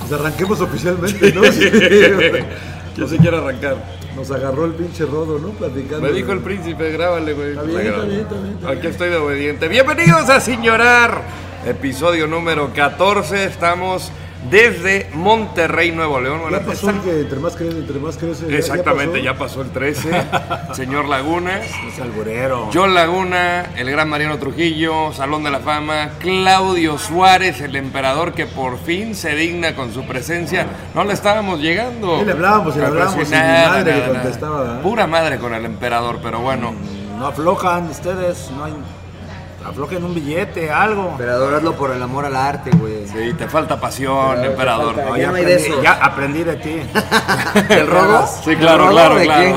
Pues arranquemos oficialmente, ¿no? Sí. Yo se quiere arrancar. Nos agarró el pinche rodo, ¿no? Platicando. Me dijo el príncipe, grábale, güey. Está bien, está bien, está bien, está Aquí estoy de obediente. Bienvenidos a Sin Llorar, episodio número 14. Estamos desde Monterrey, Nuevo León. Ya pasó el que entre más crece, entre más crece. ya- Exactamente, ya ya pasó el 13. Señor Laguna. pasó. Es alburero. John Laguna, el gran Mariano Trujillo, Salón de la Fama, Claudio Suárez, el emperador que por fin se digna con su presencia. No le estábamos llegando. Sí, le hablábamos, y le Al hablábamos, presidente. y mi Nada, madre le nada, nada. contestaba, ¿eh? ¿verdad? Pura madre con el emperador, pero bueno. No aflojan ustedes, no hay... Aflojen un billete, algo. Emperador, hazlo por el amor al arte, güey. Sí, te falta pasión, emperador. falta- ya no hay de aprendí- eso. ya aprendí de ti. ¿El rodo? Sí, ¿El claro, rodo claro, de claro.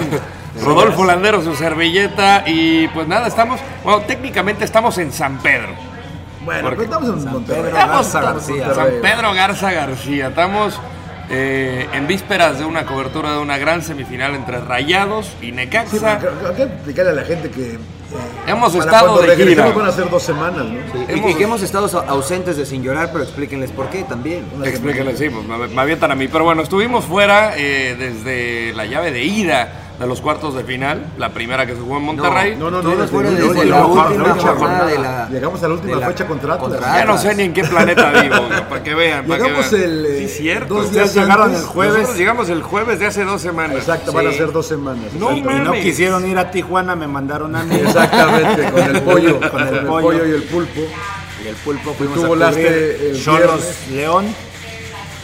quién? Rodolfo Landero, su servilleta. Y pues nada, estamos. Bueno, técnicamente estamos en San Pedro. Bueno, Porque- pero estamos en Monterrey. Pedro Garza Estamos en García. Monterrey. San Pedro Garza García. Estamos eh, en vísperas de una cobertura de una gran semifinal entre Rayados y Sí, pero Necaxa. creo- creo que explicarle a la gente que. eh, Hemos para estado cuando de regresemos gira. van a ser dos semanas, ¿no? Y- Y, que hemos estado so- ausentes de sin llorar, pero explíquenles por qué también. Explíquenle, sí, pues me, me avientan a mí. Pero bueno, estuvimos fuera eh, desde la llave de ida de los cuartos de final, la primera que se jugó en Monterrey. No, no, no. Todos desde- fueron desde no, no, la no, no, última no, no, jornada no, de no. la- Llegamos a la última de la- fecha contra Atlas. contra Ya no sé ni en qué planeta vivo, güey, para que vean. para que Llegamos vean. el, eh, Sí, cierto. dos Ustedes días llegaron antes. el jueves. Nosotros llegamos el jueves de hace dos semanas. Exacto, van a ser dos semanas. No, exacto. mames. No quisieron ir a Tijuana, me mandaron a mí. Exactamente, con el pollo, Con el pollo. y el pulpo. Y el pulpo fuimos tú a volaste cubrir el Cholos viernes. León.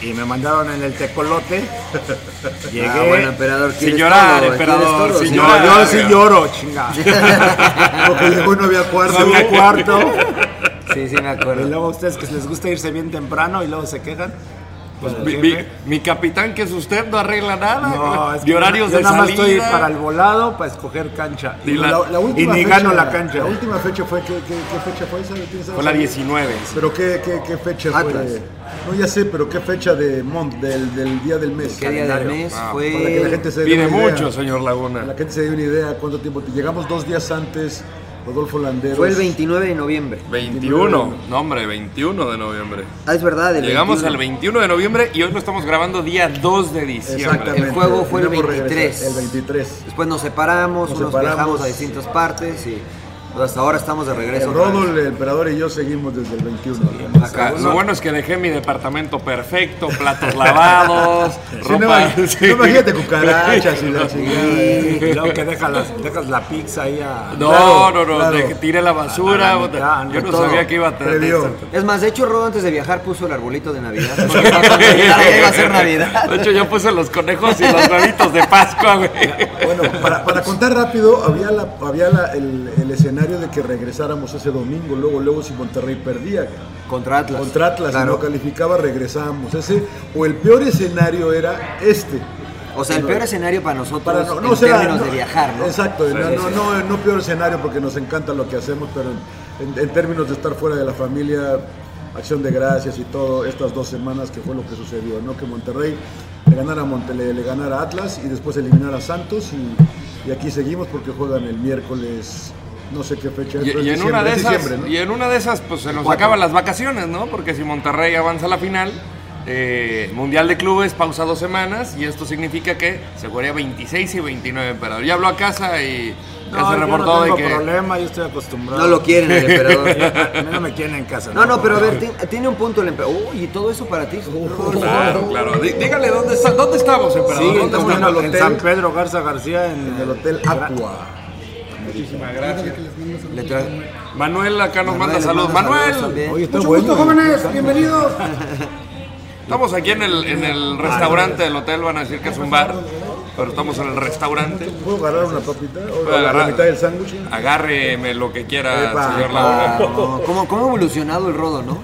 Y me mandaron en el tecolote. Llegué. Ah, bueno, emperador. Sin ¿quieres llorar, todo? ¿Quieres emperador. todo? Sin Sí. no, llorar. yo sí lloro, chinga. Porque llegó y no había cuarto. Subí al cuarto. Sí, sí, me Y acuerdo. luego a ustedes que les gusta irse bien temprano y luego se quejan. Pues Mi, mi- mi capitán, que es usted, no arregla nada. No, güey. es que y horarios yo de nada más salida. estoy para el volado, para escoger cancha. Y la- y ni gano la cancha. La última fecha fue, ¿qué, qué, qué fecha fue? ¿Sabe? ¿Quién sabe? Fue la 19. sí. ¿Pero qué, qué, qué fecha Atlas. fue? No, ya sé, pero ¿qué fecha de Mont, del, del día del mes? ¿Qué día del Calendario. mes Ah, Para que la fue? gente se dé Pide una idea. mucho, señor Para Laguna. La gente se dé una idea cuánto tiempo. te- Llegamos dos días antes, Rodolfo Landeros. Fue el 29 de noviembre. 21. No, hombre, 21 de noviembre. Ah, es verdad, el Llegamos 21. al 21 de noviembre y hoy lo estamos grabando día 2 de diciembre. Exactamente. El juego fue el Tenemos que regresar, 23. El 23. Después nos separamos, Nos unos separamos. viajamos a distintas partes y pues, hasta ahora estamos de regreso. El otra vez. Rodo, el emperador y yo seguimos desde el 21. O sea, Lo uno- bueno es que dejé mi departamento perfecto, platos lavados, Sí, no, ropa. imag- sí. no imagínate cucarachas y la chingada. Y luego que dejas, las- dejas la pizza ahí a. No, Claro, no, no, claro. dejé- tiré la basura. A Ah, la mitad, yo de no todo. sabía que iba a tener. Previó. esto. Es más, de hecho, Rodo antes de viajar puso el arbolito de Navidad. Porque para cuando llegara ya iba a ser De Navidad. hecho, yo puse los conejos y los huevitos de Pascua, güey. Bueno, para, para contar rápido, había, la, había la- el, el escenario de que regresáramos ese domingo, luego, luego si Monterrey perdía. Contra Atlas. Contra Atlas, si Claro. no calificaba, regresábamos. Ese, o el peor escenario era este. O sea, el peor escenario para nosotros Para no, no en o sea, términos no- de viajar, ¿no? Exacto, no, sí, no, sí. no, no peor escenario porque nos encanta lo que hacemos, pero en, en términos de estar fuera de la familia, acción de gracias y todo, estas dos semanas que fue lo que sucedió, ¿no? Que Monterrey le ganara a Monterrey, le ganara a Atlas y después eliminara a Santos y, y aquí seguimos porque juegan el miércoles, no sé qué fecha. Y, pero es y en una diciembre, de es esas, diciembre, ¿no? y en una de esas, pues se nos acaban las vacaciones, ¿no? Porque si Monterrey avanza a la final, eh, Mundial de Clubes pausa dos semanas y esto significa que se jugaría 26 y 29 Emperador. Ya habló a casa y ya No, se yo reportó no tengo de que... problema, yo estoy acostumbrado. No lo quieren, el emperador. A mí no me quieren en casa. No, no, pero a ver, ti- tiene un punto el emperador. Uy, y todo eso para ti. Claro, claro. Dí- Dígale dónde, está- dónde estamos, emperador. Sí, ¿Dónde estamos en, estamos? en San Pedro Garza García, en, el Hotel Aqua. Muchísimas gracias. Manuel acá nos manda saludos. Manuel, Mucho gusto, jóvenes, bienvenidos. estamos aquí en el, en el restaurante del hotel, van a decir que es un bar, pero estamos en el restaurante. ¿Puedo agarrar una papita? ¿O Puedo la, la agarrar. mitad del sándwich? Agárreme lo que quiera, Epa. señor Laura. No, Ah, ¿Cómo, cómo ha evolucionado el rodo, no?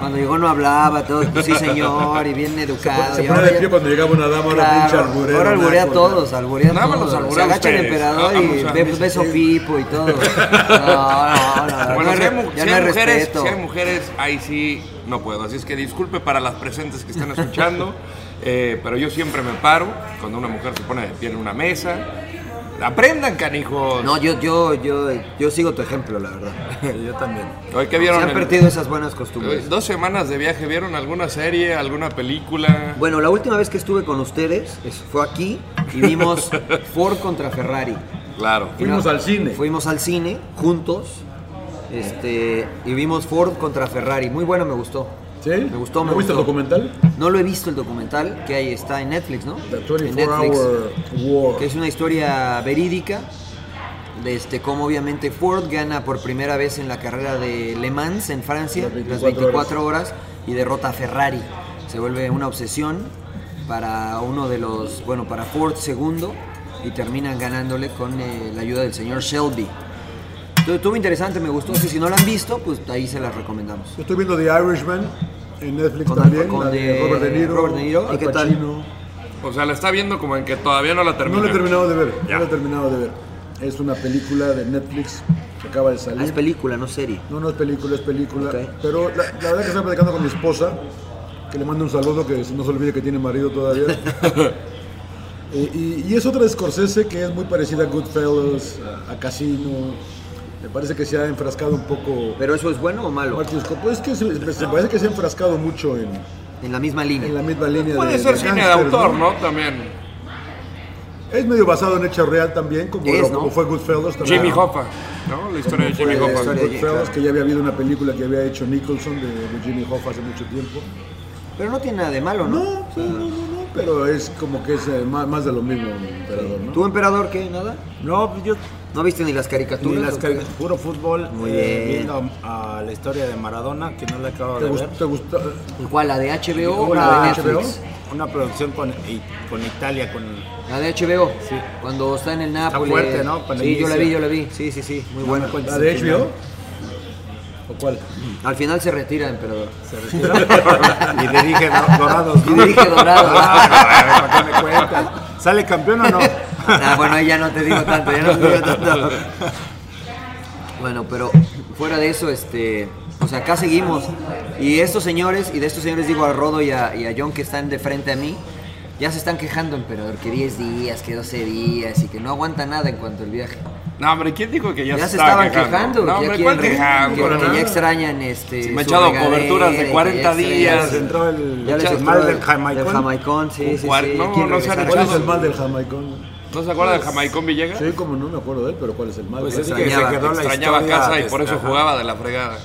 Cuando llegó no hablaba, todo, pues, sí señor, y bien educado. Se y pone ahora de ya- pie cuando llegaba una dama, ahora Claro, pinche alburero. ahora alburea a naco, todos, alburea a Nada más todos. los Se alburea agacha el ustedes. emperador y Ah, be- vamos a- beso pipo y todo. No, no, no. no, Bueno, hay si hay, re- ya mu- si no hay hay mujeres, respeto. si hay mujeres, ahí sí no puedo. Así es que disculpe para las presentes que están escuchando, eh, pero yo siempre me paro cuando una mujer se pone de pie en una mesa. Aprendan, canijos. No, yo, yo, yo, yo sigo tu ejemplo, la verdad. yo también. Hoy que vieron Se han el- perdido esas buenas costumbres. Eh, Dos semanas de viaje, ¿vieron alguna serie, alguna película? Bueno, la última vez que estuve con ustedes es- fue aquí y vimos Ford contra Ferrari. Claro. Fuimos al cine. Fuimos al cine juntos este, y vimos Ford contra Ferrari. Muy buena, me gustó. ¿Sí? Me gustó, me ¿No viste el gustó. documental? No lo he visto el documental que ahí está en Netflix, ¿no? en 24 Hour War. que es una historia verídica de este cómo obviamente Ford gana por primera vez en la carrera de Le Mans en Francia las 24, horas. y derrota a Ferrari. Se vuelve una obsesión para uno de los, bueno, para Ford segundo y terminan ganándole con eh, la ayuda del señor Shelby. Estuvo- Estuvo interesante, me gustó. Si, si no la han visto, pues ahí se las recomendamos. Yo estoy viendo The Irishman en Netflix Con- también. con la de de- Robert De Niro. Robert De Niro, ¿y Al qué tal? Pacino. O sea, la está viendo como en que todavía no la terminó. No lo he terminado de ver. No lo he terminado de ver. Es una película de Netflix que acaba de salir. Ah, es película, no serie. No, no es película, es película. Pero la, la verdad que estoy platicando con mi esposa, que le mando un saludo, que no se olvide que tiene marido todavía. Eh, y, y es otra de Scorsese que es muy parecida a Goodfellas, a, a Casino. Me parece que se ha enfrascado un poco. ¿Pero eso es bueno o malo? pues que se, me parece que se ha enfrascado mucho en. En la misma línea. En la misma línea. Puede de- ser de cine de gángsters, autor, ¿no? También. Es medio basado en hecho real también, como, Es, lo- ¿no? como fue Goodfellas también. Jimmy Hoffa, ¿no? La historia de Como Jimmy fue Hoffa. Goodfellas, Pues, que ya había habido una película que había hecho Nicholson de, de Jimmy Hoffa hace mucho tiempo. Pero no tiene nada de malo, ¿no? No, sí, no, no, no, pero es como que es eh, más, más de lo mismo, emperador, ¿no? ¿Tú, emperador, qué? ¿Nada? No, pues yo. ¿No viste ni las caricaturas? Ni las o qué? caricaturas, puro fútbol. Muy eh, bien. Viendo a la historia de Maradona, que no la acabo ¿Te de gustó- ver. ¿Te eh, gustó? ¿Cuál? ¿La de HBO o Una la de HBO? Netflix? Una producción con, con Italia, con. La de HBO. Cuando está en el Napoli. fuerte, ¿no? Con el sí, yo la vi, inicio. yo la vi. Sí, sí, sí. Muy No buena. me cuentes ¿La de el final. HBO? ¿O cuál? Al final se retira, emperador. Se retira. Y dirige Do- Dorados, Y ¿no? dirige dorados. Ah, ¿para qué me cuentas? ¿Sale campeón o no? Ah, bueno, ahí ya no te digo tanto, ya no te digo tanto. Bueno, pero fuera de eso, este, o sea, acá seguimos. Y estos señores, y de estos señores digo a Rodo y a, y a John que están de frente a mí, ya se están quejando, emperador, que 10 días, que 12 días y que no aguanta nada en cuanto al viaje. No, hombre, ¿quién dijo que ya, Ya, se, se estaba estaban quejando, que, No, ya hombre, quieren ¿cuál re- quejando? que- que Nada. ya extrañan este. Sí, me he su echado regadera coberturas de y que 40 ya extrañan- días. ya Entró el- les el entró mal el- del jamaicón. del jamaicón, sí, sí, Cuar- sí, no, quieren no se han regresar a echado ¿Cuál casa. es el mal del jamaicón? ¿No se acuerda del jamaicón Villegas? Sí, como no me acuerdo de él, pero ¿cuál es el mal? Pues es que se quedó la extrañaba a casa y por eso jugaba de la fregada.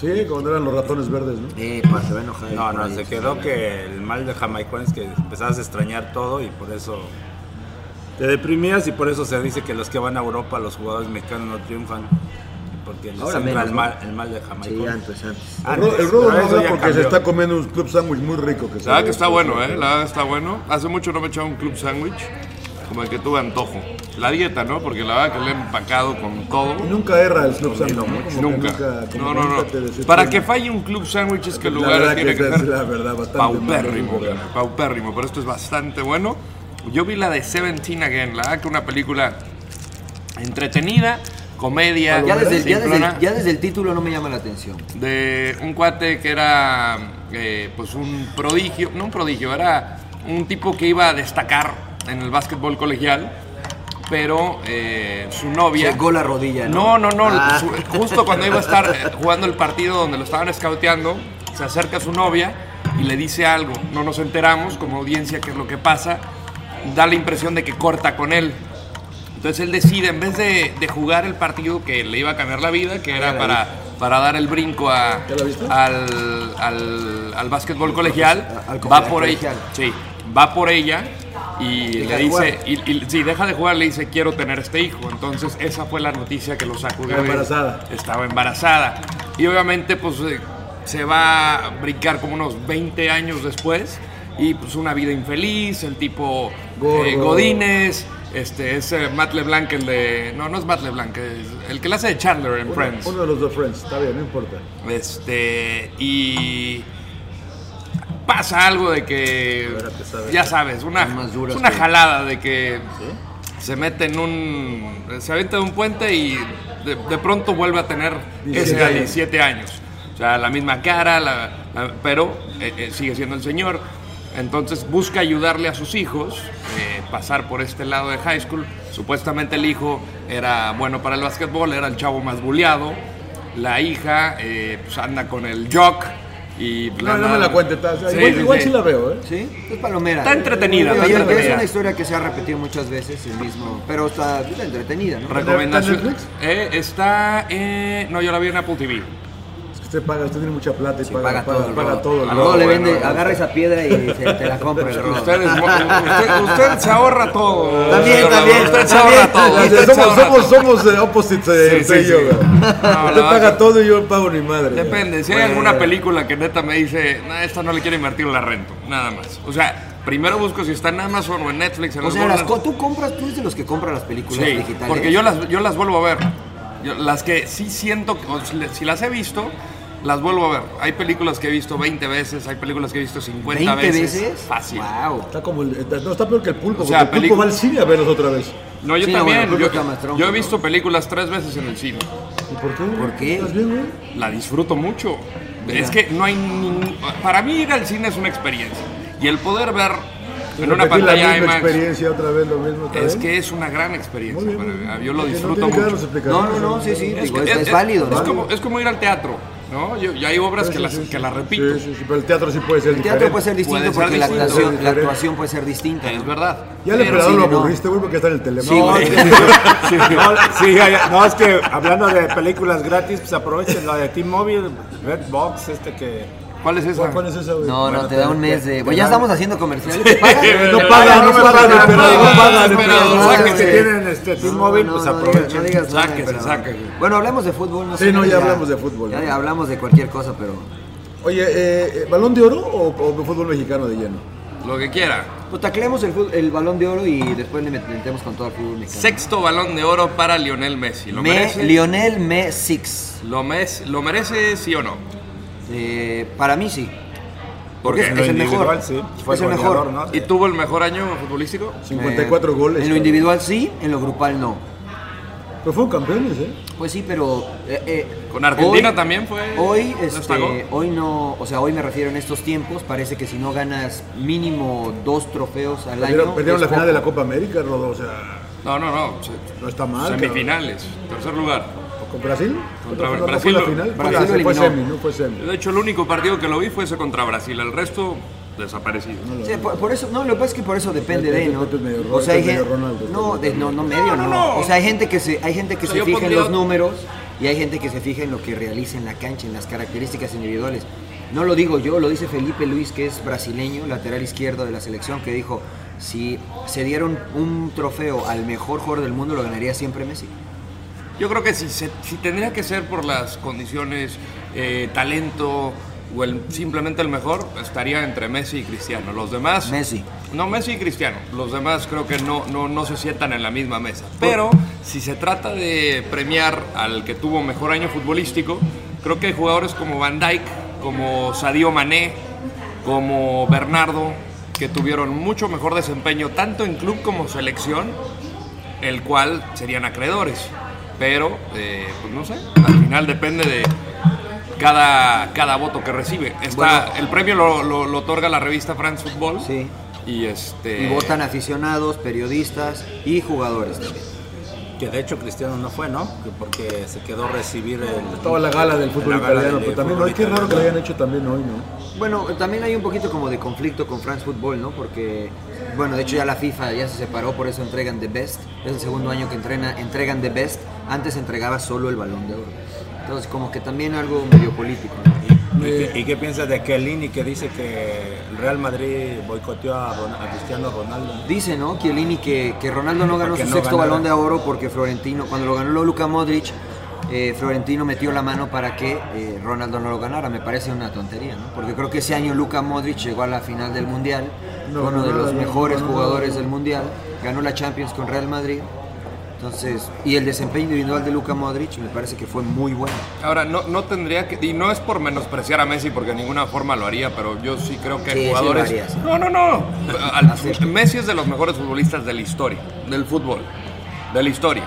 Sí, cuando eran los ratones verdes, ¿no? Eh, se va a enojar. No, no, se quedó que el mal de Jamaicón es que empezabas a extrañar todo y por eso te deprimías y por eso se dice que los que van a Europa, los jugadores mexicanos no triunfan. Porque les Ahora entra menos, el, ¿no? mal, el mal de Jamaicón. Sí, antes, antes. El ro- el rodo pero no Ah, eso va ya porque se cambió. está comiendo un club sándwich muy rico. Que pues, La verdad que está bueno, ¿eh? La verdad está bueno. Hace mucho no me echaba un club sándwich, como el que tuve antojo. La dieta, ¿no? Porque la verdad que le he empacado con todo. Y nunca erra el club sándwich, ¿no? Como que Nunca. como No, que no, no. nunca te decepciona. Para que falle un club sándwich es que el La lugar verdad tiene que que es ser la verdad, bastante paupérrimo, malo, la verdad. cara, paupérrimo, pero esto es bastante bueno. Yo vi la de Seventeen Again, la verdad que una película entretenida, comedia, Ya desde, el- ya, desde simplona, el, ya desde el título no me llama la atención. de un cuate que era eh, pues un prodigio, no un prodigio, era un tipo que iba a destacar en el básquetbol colegial, pero eh, su novia... Llegó la rodilla, ¿no? No, no, no. Ah. su- justo cuando iba a estar eh, jugando el partido donde lo estaban escauteando, se acerca su novia y le dice algo. No nos enteramos como audiencia qué es lo que pasa. Da la impresión de que corta con él. Entonces él decide, en vez de, de jugar el partido que le iba a cambiar la vida, que era la para, para dar el brinco a- al, al, al básquetbol colegial, al va por colegial. ella. Sí, va por ella y Deja le de dice, jugar. y, y- sí, deja de jugar, le dice, quiero tener este hijo. Entonces esa fue la noticia que lo sacó. Estaba de- embarazada. Estaba embarazada. Y obviamente pues eh, se va a brincar como unos 20 años después y pues una vida infeliz, el tipo Gordo. eh, Godínez. Este es eh, Matt LeBlanc, el de. No, no es Matt LeBlanc, es el que le hace de Chandler en Uno, Friends. uno de los dos Friends, está bien, no importa. Este, y pasa algo de que, ya sabes, una, duras una que- jalada de que se mete en un, se avienta de un puente y de, de pronto vuelve a tener 17 ese a años. 17 años. O sea, la misma cara, la- la- pero eh, eh, sigue siendo el señor. Entonces busca ayudarle a sus hijos eh, pasar por este lado de high school. Supuestamente el hijo era bueno para el básquetbol, era el chavo más buleado. La hija eh, pues anda con el jock y... No, no me la cuente, está- Sí, igual, sí, igual sí. sí la veo, ¿eh? Sí, es palomera. Está entretenida, está Digo, es- entretenida. Es una historia que se ha repetido muchas veces, el mismo, pero está está entretenida, ¿no? Recomendación. Eh, está... eh, no, yo la vi en Apple TV. Es que usted paga, usted tiene mucha plata y Paga paga, paga, todo, el paga rodo. todo. Al rodo le vende, agarra esa piedra y se- te la compra el rodo. Usted, es mo- usted- usted se ahorra todo. También, también, Usted se también, ahorra todo. Somos, usted se ahorra todo. somos, somos eh, opposites de Sí, sí, usted y yo, sí. güey. No, Usted la paga todo y yo no pago ni madre. Depende, si hay alguna película que neta me dice, "Nah, esta no le quiero invertir, la rento, nada más. O sea, primero busco si está en Amazon o en Netflix. En O sea, alguna- las co- tú compras, tú eres de los que compra las películas Sí, digitales. porque yo las, yo las vuelvo a ver. Yo- las que sí siento, que- o si, le- si las he visto, las vuelvo a ver. Hay películas que he visto 20 veces, hay películas que he visto 50 ¿20 veces. veces? Fácil. Está como el- está- no, está peor que el pulpo, O sea, porque el pulpo película- va al cine a verlos otra vez. No, yo Sí, no, también. bueno, creo yo, que está más tronco, yo he ¿no? visto películas tres veces en el cine. ¿Y por qué? ¿Por qué? ¿Estás bien, güey? La disfruto mucho. Mira. Es que no hay ningún... Para mí ir al cine es una experiencia. Y el poder ver en una Repetir la pantalla misma IMAX... experiencia otra vez, lo mismo otra Es vez. que es una gran experiencia. para mí. Yo lo Porque no disfruto tiene que dar mucho. las explicaciones. No, no, no, sí, sí, digo, es- es válido, Es, válido. como, es como ir al teatro, ¿no? Yo, yo hay obras Sí, que, sí, las, sí, que sí. las repito. Sí, sí, sí, pero el teatro sí puede ser El teatro puede ser distinto Puede ser porque la distinto. actuación- la Diferente. actuación puede ser distinta. Es verdad. Ya al Pero emperador sí, lo no. aburriste, güey, porque está en el teléfono. Sí, No, güey. es Sí, que- no, sí, ya- no, es que hablando de películas gratis, pues aprovechen la de T-Mobile, Redbox, este que... ¿Cuál es esa? ¿Cuál es esa, güey? No, no, Bueno, te da un te- mes de... te Bueno, ya dan- estamos haciendo comerciales. ¿Te pagan? No pagan, no me pagan, pagan, pero no pagan, no pero pagan, los que güey. tienen este T-Mobile, pues no digas- no aprovechen. digas nada, pero- Bueno, hablemos de fútbol. Sí, sé, no, ya hablamos de fútbol. Ya hablamos de cualquier cosa, pero... Oye, eh, eh, ¿balón de oro o, o fútbol mexicano de lleno? Lo que quiera. Pues tacleemos el, fut- el balón de oro y después le met- metemos con todo el fútbol mexicano. Sexto balón de oro para Lionel Messi. ¿Lo Me- merece? Lionel Me Six. ¿Lo, mes- ¿Lo merece sí o no? Eh, para mí sí. Porque Porque es, es en lo el mejor. individual, sí, fue es el goleador, mejor. ¿Y tuvo el mejor año futbolístico? Eh, En lo individual sí, en lo grupal no. Pero fueron campeones, ¿eh? Pues sí, pero. eh, eh, ¿Con Argentina hoy- también fue? Hoy, ¿No este, destacó? hoy no. O sea, hoy me refiero en estos tiempos. Parece que si no ganas mínimo dos trofeos al Perdieron, año. es perdieron la final de la poco. Copa América, Rodo, o sea, No, no, no. no está mal. Ah, cabrón. Semifinales, tercer lugar. ¿Con Brasil? Contra No, no fue Brasil. la lo- final, fue la- fue semi, no fue semi. De hecho, el único partido que lo vi fue ese contra Brasil. El resto, desaparecido. Sí, por, por eso, no, lo que pasa es que por eso depende de, ¿no? Este medio O sea, hay medio gente, Ronaldo, no, de- no, no medio, no, O sea, hay gente que se, hay gente que O sea, se yo fija en pondría- los números y hay gente que se fija en lo que realiza en la cancha, en las características individuales. No lo digo yo, lo dice Felipe Luis, que es brasileño, lateral izquierdo de la selección, que dijo, si se dieron un trofeo al mejor jugador del mundo, lo ganaría siempre Messi. Yo creo que si, se- si tendría que ser por las condiciones, eh, talento o el, simplemente el mejor, estaría entre Messi y Cristiano. Los demás. Messi. No, Messi y Cristiano. Los demás creo que no, no, no se sientan en la misma mesa. Pero si se trata de premiar al que tuvo mejor año futbolístico, creo que hay jugadores como Van Dijk, como Sadio Mané, como Bernardo, que tuvieron mucho mejor desempeño tanto en club como selección, el cual serían acreedores. Pero, eh, pues no sé, al final depende de cada, cada voto que recibe. Está, Bueno. el premio lo, lo- lo otorga la revista France Football. Sí. Y este. Y votan aficionados, periodistas y jugadores también. Que de hecho Cristiano no fue, ¿no? Que Porque se quedó recibir el... Toda la gala del fútbol la gala italiano, del pero también, fútbol ay, qué raro que lo italiano. hayan hecho también hoy, ¿no? Bueno, también hay un poquito como de conflicto con France Football, ¿no? Porque, bueno, de hecho ya la FIFA ya se separó, por eso entregan The Best. Es el segundo año que entrena, entregan The Best. Antes entregaba solo el balón de oro. Entonces, como que también algo medio político. ¿Y, qué, y qué piensas de Kelini que dice que el Real Madrid boicoteó a, Ron- a Cristiano Ronaldo? Dice, ¿no? Chiellini que, que Ronaldo no ganó Porque su no sexto ganara. balón de oro porque Florentino, cuando lo ganó Luka Modric, eh, Florentino metió la mano para que eh, Ronaldo no lo ganara. Me parece una tontería, ¿no? Porque creo que ese año Luka Modric llegó a la final del Mundial, No, fue uno de no, los no, mejores no, no, jugadores no. del Mundial, ganó la Champions con Real Madrid. Entonces, y el desempeño individual de Luka Modric me parece que fue muy bueno. Ahora, no, no tendría que. Y no es por menospreciar a Messi, porque de ninguna forma lo haría, pero yo sí creo Sí, que Ah, sí hay lo jugadores. harías. no, no, no. Al- Messi es de los mejores futbolistas de la historia, del fútbol, de la historia.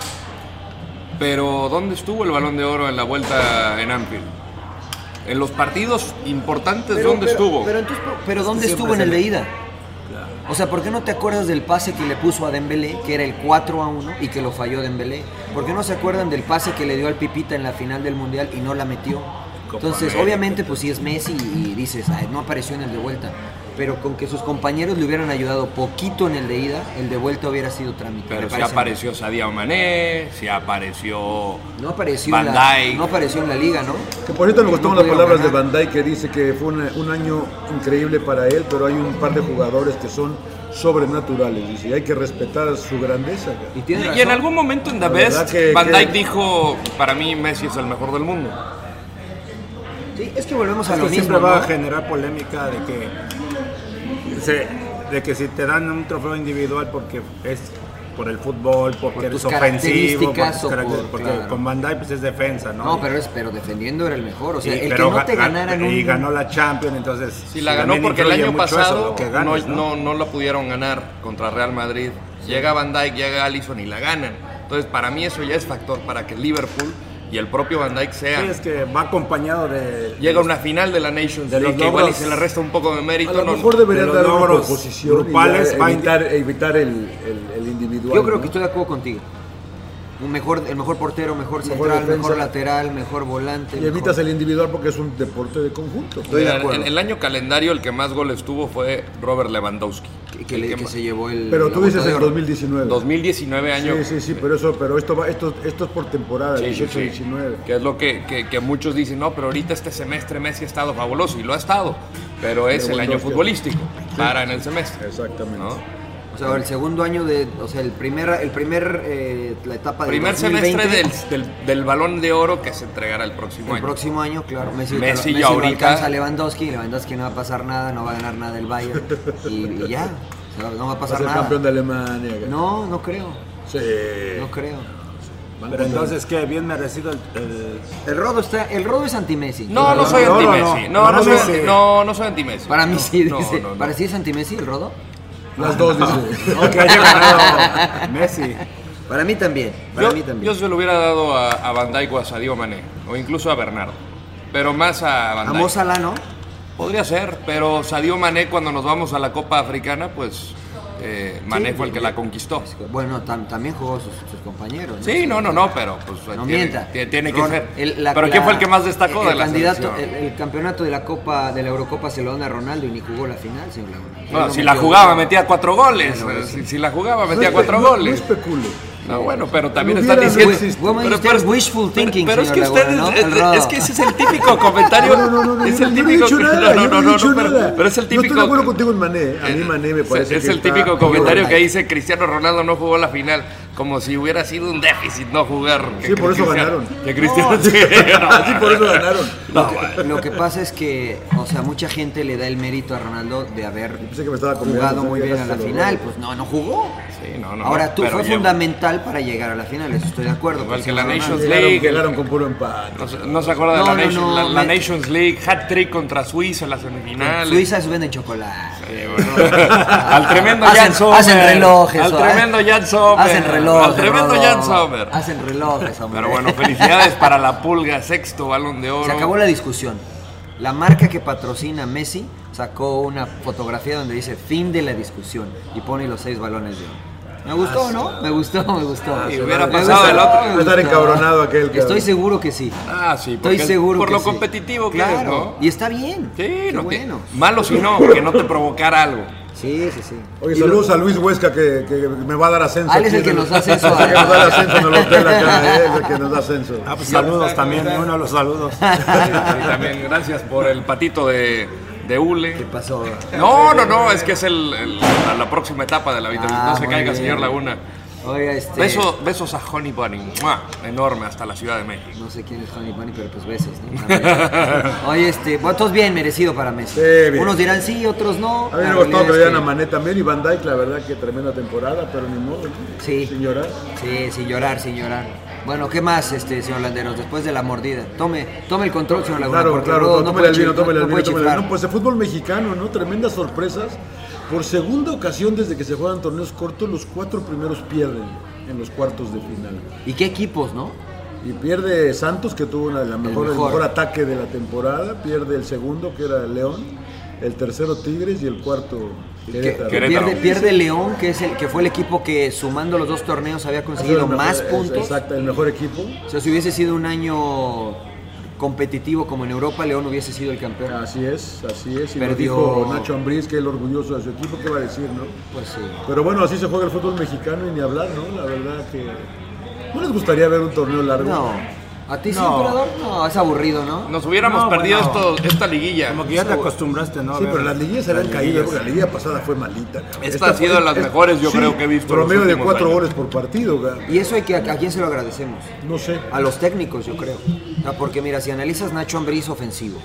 Pero, ¿dónde estuvo el balón de oro en la vuelta en Anfield? En los partidos importantes, ¿dónde estuvo? Pero, entonces, pero ¿dónde Siempre estuvo en se el le- de ida? O sea, ¿por qué no te acuerdas del pase que le puso a Dembélé, que era el 4 a 1 y que lo falló Dembélé? ¿Por qué no se acuerdan del pase que le dio al Pipita en la final del Mundial y no la metió? Entonces, América, obviamente, pues sí es Messi y dices, "Ay, no apareció en el de vuelta. Pero con que sus compañeros le hubieran ayudado poquito en el de ida, el de vuelta hubiera sido trámite. me Pero si parece. apareció Sadio Mané, si apareció. No apareció, Van en la, Dijk. no apareció en la liga, ¿no? Que por cierto me gustaron No las pudieron palabras de Van Dijk que dice que fue una- un año increíble para él, pero hay un par de jugadores que son sobrenaturales, dice, y hay que respetar su grandeza. cara. Y en algún momento en The La verdad Best, que- Van que- Dijk dijo: Para mí, Messi es el mejor del mundo. Sí, es que volvemos a Es lo que mismo. siempre va ¿no? a generar polémica de que, se- de que si te dan un trofeo individual porque es por el fútbol, porque tus eres ofensivo, por características tus o por- caracteres- porque claro. con Van Dijk pues, es defensa, ¿no? No, pero, es, pero defendiendo era el mejor. O sea, Y- el pero que no te ga- ga- ganara en Y un- ganó la Champions, entonces... Si la ganó también porque el influye año mucho eso, pasado lo que ganas, no, no, no la pudieron ganar contra Real Madrid. Llega Van Dijk, llega Allison y la ganan. Entonces, para mí eso ya es factor para que Liverpool y el propio Van Dijk Sí, sean. es que va acompañado de... Llega una final de la Nations De League los que igual y logros. se le resta un poco de mérito. A lo no- mejor deberían de dar los una logros proposición grupales, y va ya a evitar, evitar el, el- el individual. Yo creo ¿no? que estoy de acuerdo contigo. Un mejor, el mejor portero, mejor Mejor central, defensa. mejor lateral, mejor volante. Y evitas mejor- el individual porque es un deporte de conjunto. Mira, en el año calendario el que más goles tuvo fue Robert Lewandowski. Que, se llevó el... Pero tú dices el 2019. 2019 año. Sí, sí, sí, pero eso, pero esto va, esto, esto es por temporada, Sí, sí, 18, sí. 19. Que es lo que, que- que muchos dicen, no, pero ahorita este semestre Messi ha estado fabuloso y lo ha estado, pero es Pero el bueno, año es que- futbolístico, para en el semestre. Exactamente. O sea, el segundo año de... O sea, el primer... El primer eh, la etapa del Primer 2020, semestre del, del- del balón de oro que se entregará el próximo El año. próximo año, claro. Messi, Messi no ya alcanza a ahorita. Lewandowski. Lewandowski no va a pasar nada, no va a ganar nada el Bayern. Y, y ya. O sea, no va a Va a pasar ser nada. campeón de Alemania. No, no creo. Sí. Eh, No creo. Pero entonces, ¿qué? Bien merecido el... el- El rodo, está, el rodo es anti-Messi. No, no soy anti-Messi. No, Para no mí soy sí. anti- No, no soy anti-Messi. Para mí No, sí, no, dice. no, no. ¿Para sí es anti-Messi el rodo? Ah, Las dos, dice. No, que haya ganado Messi. Para mí también. Para Yo, mí también. yo se lo hubiera dado a, a Van Dijk o a Sadio Mané, o incluso a Bernardo, pero más a Van A Dijk. Mo Salah, ¿no? Podría ser, pero Sadio Mané cuando nos vamos a la Copa Africana, pues eh, Mané Sí, fue el que la conquistó. Bueno, tam- también jugó sus, sus compañeros. ¿no? Sí, no, no, no, pero pues No tiene, mienta. tiene- tiene que Ron- ser. el- la- pero ¿quién la- fue el que más destacó el- de el la candidato, el, selección? el campeonato de la Copa, de la Eurocopa se lo dan a Ronaldo y ni jugó la final, señor Laguna. Bueno, No si la metió- jugaba metía cuatro goles. Bueno, si, si la jugaba No metía espe- cuatro no- goles. no especule. No, bueno, pero también No están hubiera- diciendo. no existe. Woman, usted es wishful pero- thinking, pero es que señora ustedes. Laguna, ¿no? Es, El es- rodo. es que ese es el típico comentario. No, no, no, no, es yo el no he típico. dicho nada, no, no, yo no he no, dicho no, pero- nada. pero es el Yo estoy de típico. Eh, acuerdo contigo en Mané. A mí Mané me parece es que el está- típico comentario que dice Cristiano Ronaldo no jugó la final, como si hubiera sido un déficit no jugar. que- Sí, que por eso Cristiano- ganaron. Que Cristiano No. Sí, por eso ganaron. Lo que, lo que pasa es que, o sea, mucha gente le da el mérito a Ronaldo de haber estaba comiendo, jugado pensé muy que bien a eras la solo final. gol. Pues no, no jugó. Sí, no, no. Ahora tú pero fue llevo- fundamental para llegar a la final, eso estoy de acuerdo. Igual con que la Ronaldo. Nations League. Llegaron con puro empate. No se, no se acuerda de No, la, no, Nation- no, la- la me- Nations League, hat-trick contra Suiza en la semifinal. Suiza es vende chocolate. al tremendo Hacen- Jan Sommer. hacen relojes, Al o- tremendo Jan Sommer. hacen relojes, Al tremendo Rodolfo. Jan Sommer. Hacen relojes, hombre. Pero bueno, felicidades para la Pulga, sexto balón de oro. Se acabó la discusión. La marca que patrocina a Messi sacó una fotografía donde dice fin de la discusión y pone los seis balones de oro. Me gustó, ¿no? Me gustó, me gustó. Ah, Y hubiera pasado el otro. Va a estar encabronado aquel, cabrón. Estoy seguro que sí. Ah, sí, Estoy porque- seguro por que lo sí. competitivo que claro. es, ¿no? Y está bien. Sí, no te- bueno. Malo si no, que no te provocara algo. Sí, sí, sí. Oye, Y saludos lo- a Luis Huesca que, que me va a dar ascenso. Al Ah, es aquí el que en nos da ascenso. Es el que nos da el ascenso en el hotel acá, eh, es el que nos da ascenso. Ah, pues saludos también, ¿Cómo uno de los saludos. Y también gracias por el patito de, de Ule. ¿Qué pasó? No, no, no, es que es el, el- la, la próxima etapa de la vida. Ah, no se muy caiga, bien. señor Laguna. Oiga, este. Beso- besos a Honey Bunny, ¡mua! enorme, hasta la Ciudad de México. No sé quién es Honey Bunny, pero pues besos, ¿no? Oye, este. Bueno, todos bien merecido para Messi. bien. Unos dirán sí, otros no. A mí me La gustó que realidad es vean que- a Mané también y Van Dyke, la verdad que tremenda temporada, pero ni modo. ¿no? Sí. Sin llorar. Sí, sin llorar, sin llorar. Bueno, ¿qué más, este, señor Landeros? Después de la mordida. Tome, tome el control, señor Laguna. Claro, porque claro, luego no, no tómale puede el vino, chif- tómale el no vino, puede tómale el vino. chiflar. Pues el fútbol mexicano, ¿no? Tremendas sorpresas. Por segunda ocasión desde que se juegan torneos cortos, los cuatro primeros pierden en los cuartos de final. ¿Y qué equipos, no? Y pierde Santos, que tuvo una, la mejor, el, mejor. mejor ataque de la temporada, pierde el segundo, que era León, el tercero Tigres y el cuarto Querétaro. Pierde, pierde León, que es el que fue el equipo que sumando los dos torneos había conseguido el mejor- más es- puntos. exacto, el mejor equipo. O sea, si hubiese sido un año competitivo como en Europa, León hubiese sido el campeón. Así es, así es. Y lo Perdió- dijo Nacho Ambriz, que él orgulloso de su equipo, ¿qué va a decir, no? Pues sí. Pero bueno, así se juega el fútbol mexicano y ni hablar, ¿no? La verdad que... ¿No les gustaría ver un torneo largo? No. ¿A ti sí, No. emperador? No, es aburrido, ¿no? Nos hubiéramos No, perdido bueno. esto- esta liguilla. Como que ya te acostumbraste, ¿no? Sí, pero las liguillas se habían caído, porque porque la liguilla pasada fue malita. cabrón. Esta ha sido de las mejores, yo creo, que he visto en los Promedio de últimos cuatro años. goles por partido, güey. Y eso hay que, a quién se lo agradecemos. No sé. A los técnicos, yo creo. O sea, porque mira, si analizas Nacho Ambriz ofensivo,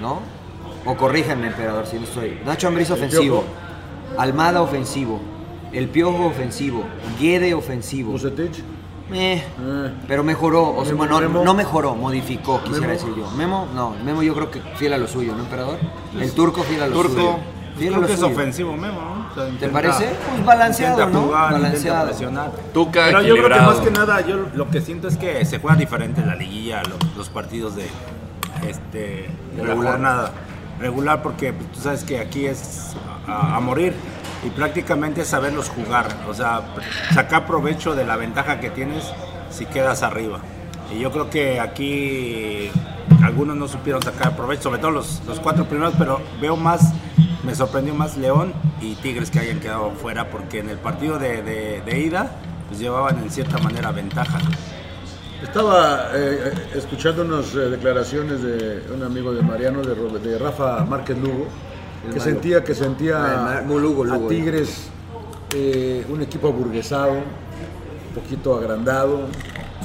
¿no? O corríjanme, emperador, si no estoy. Nacho Ambriz El ofensivo, Almada ofensivo, El Piojo ofensivo, Guede ofensivo. Bucetich. Eh, pero mejoró, o sea, Memo, bueno, no- Memo. no mejoró, modificó, quisiera Memo. decir yo. Memo, no, Memo yo creo que fiel a lo suyo, ¿no, emperador? El turco fiel a lo Turco, suyo. pues Fiel a creo lo que es suyo. ofensivo Memo, ¿no? O sea, ¿Te intenta- parece? Pues balanceado, intenta ¿no? jugar, intenta Balanceado. presionar. Tuca Pero yo creo que equilibrado. más que nada, yo lo que siento es que se juega diferente la liguilla, lo- los, partidos de, este, de la Regular. jornada regular, porque pues, tú sabes que aquí es a, a morir y prácticamente es saberlos jugar, o sea, pr- sacar provecho de la ventaja que tienes si quedas arriba. Y yo creo que aquí algunos no supieron sacar provecho, sobre todo los, los cuatro primeros, pero veo más, me sorprendió más León y Tigres que hayan quedado fuera, porque en el partido de, de- de ida pues llevaban en cierta manera ventaja. Estaba eh, eh, escuchando unas eh, declaraciones de un amigo de Mariano, de, Ro- de Rafa Márquez Lugo, El que Mago. sentía que Ah, sentía el Mago Lugo, Lugo, a Tigres eh, un equipo aburguesado, un poquito agrandado,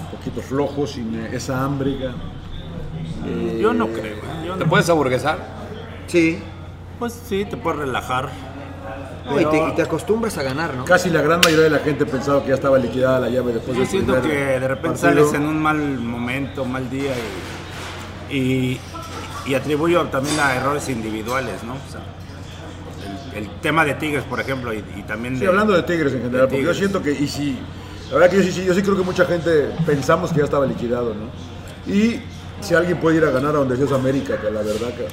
un poquito flojo, sin eh, esa ámbriga. Eh, Yo no creo. yo ¿Te no- puedes aburguesar? Sí. Pues sí, te puedes relajar. No, y, te, Pero y te acostumbras a ganar, ¿no? Casi la gran mayoría de la gente pensaba que ya estaba liquidada la llave después yo del siento primer que de repente Pues, partido. sales en un mal momento, mal día y, y- y atribuyo también a errores individuales, ¿no? O sea, el, el tema de Tigres, por ejemplo, y, y también Sí, hablando de Tigres en general, porque yo Tigres. siento que, y sí, la verdad que yo sí, sí, yo sí creo que mucha gente pensamos que ya estaba liquidado, ¿no? Y si alguien puede ir a ganar a donde Dios América, que la verdad que,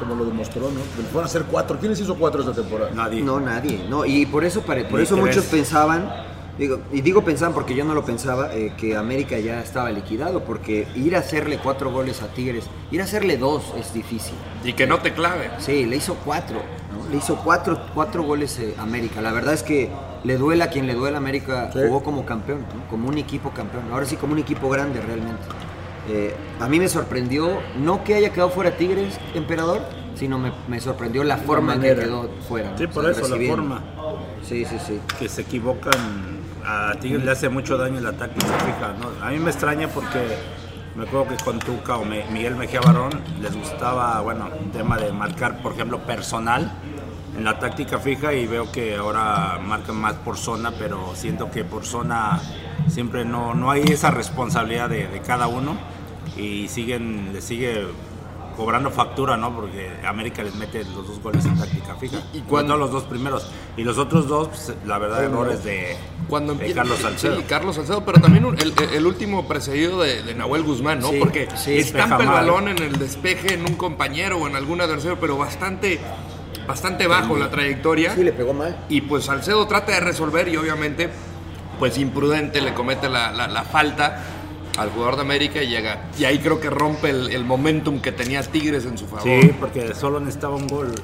como lo demostró, ¿no? Que le fueron a hacer cuatro. ¿Quiénes hizo cuatro esta temporada? Nadie. No, nadie. No, y por eso, pare- por Ni eso tres. muchos pensaban, digo, y digo pensaban porque yo no lo pensaba, eh, que América ya estaba liquidado, porque ir a hacerle cuatro goles a Tigres, ir a hacerle dos es difícil. Y que no te clave. Sí, le hizo cuatro, ¿no? Le hizo cuatro, cuatro goles eh, a América. La verdad es que le duela a quien le duela, América jugó como campeón, ¿no? como un equipo campeón. Ahora sí, como un equipo grande realmente. Eh, a mí me sorprendió, no que haya quedado fuera Tigres, emperador, sino me, me sorprendió la forma en que manera. quedó fuera. ¿no? Sí, O sea, por eso, la recibiendo. forma. Sí, sí, sí. que se equivocan. A Tigres le hace mucho daño el ataque, se fija, ¿no? A mí me extraña porque me acuerdo que con Tuca o Me- Miguel Mejía Barón les gustaba, bueno, un tema de marcar, por ejemplo, personal en la táctica fija y veo que ahora marcan más por zona, pero siento que por zona siempre no, no hay esa responsabilidad de, de cada uno y siguen, le sigue cobrando factura, ¿no? Porque América les mete los dos goles en táctica fija. Y cuando- cuando los dos primeros. Y los otros dos, pues, la verdad, errores de, Cuando de empieza- Carlos Salcedo. Sí, Carlos Salcedo, pero también un- el, el último precedido de, de Nahuel Guzmán, ¿no? Sí, Porque sí. estampa Despeja el mal. balón en el despeje en un compañero o en algún adversario, pero bastante bastante bajo la trayectoria. Sí, le pegó mal. Y pues Salcedo trata de resolver y obviamente, pues imprudente, le comete la, la- la falta al jugador de América y, llega, y ahí creo que rompe el, el momentum que tenía Tigres en su favor. Sí, porque solo necesitaba un gol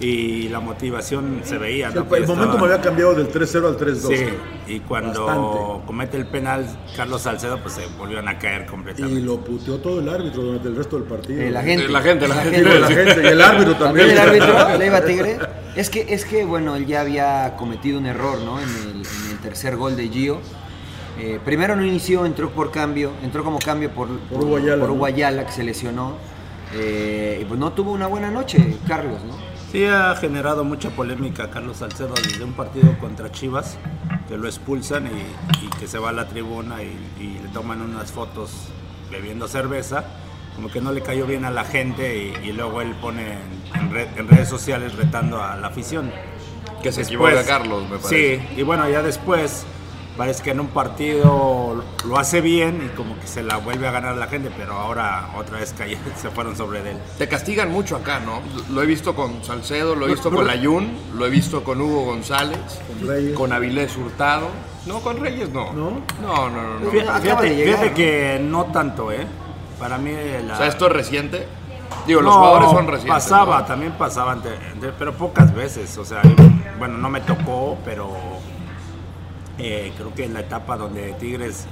y la motivación se veía. ¿no? pues, El, el momento me había cambiado del 3-0 al 3-2. Sí, y cuando Bastante. comete el penal Carlos Salcedo, pues se volvieron a caer completamente. Y lo puteó todo el árbitro durante el resto del partido. Eh, la gente. La gente, la Digo, gente. la gente, Y el árbitro también. el árbitro le iba a Tigre. Es que, es que, bueno, él ya había cometido un error, ¿no? En el, en el tercer gol de Gio. Eh, primero no inició, entró por cambio, entró como cambio por, por, Hugo Ayala, por ¿no? Hugo Ayala, que se lesionó. Eh, y pues no tuvo una buena noche, Carlos, ¿no? Sí, ha generado mucha polémica Carlos Salcedo desde un partido contra Chivas, que lo expulsan y, y que se va a la tribuna y, y le toman unas fotos bebiendo cerveza. Como que no le cayó bien a la gente y, y luego él pone en, en red- en redes sociales retando a la afición. Que se Después- equivoca Carlos, me parece. Sí, y bueno, ya después parece que en un partido lo hace bien y como que se la vuelve a ganar la gente, pero ahora otra vez cayó- se fueron sobre de él. Te castigan mucho acá, ¿no? Lo he visto con Salcedo, lo he No, visto no, con no. Layún, lo he visto con Hugo González, con, Avilés Hurtado. No, con Reyes no. No, no, no. no. Fíjate, fíjate- fíjate ¿no? que no tanto, ¿eh? Para mí. La... O sea, esto es reciente. Digo, los jugadores son recientes. Pasaba, ¿no? también pasaba, ante- ante- pero pocas veces. O sea, bueno, no me tocó, pero eh, creo que en la etapa donde Tigres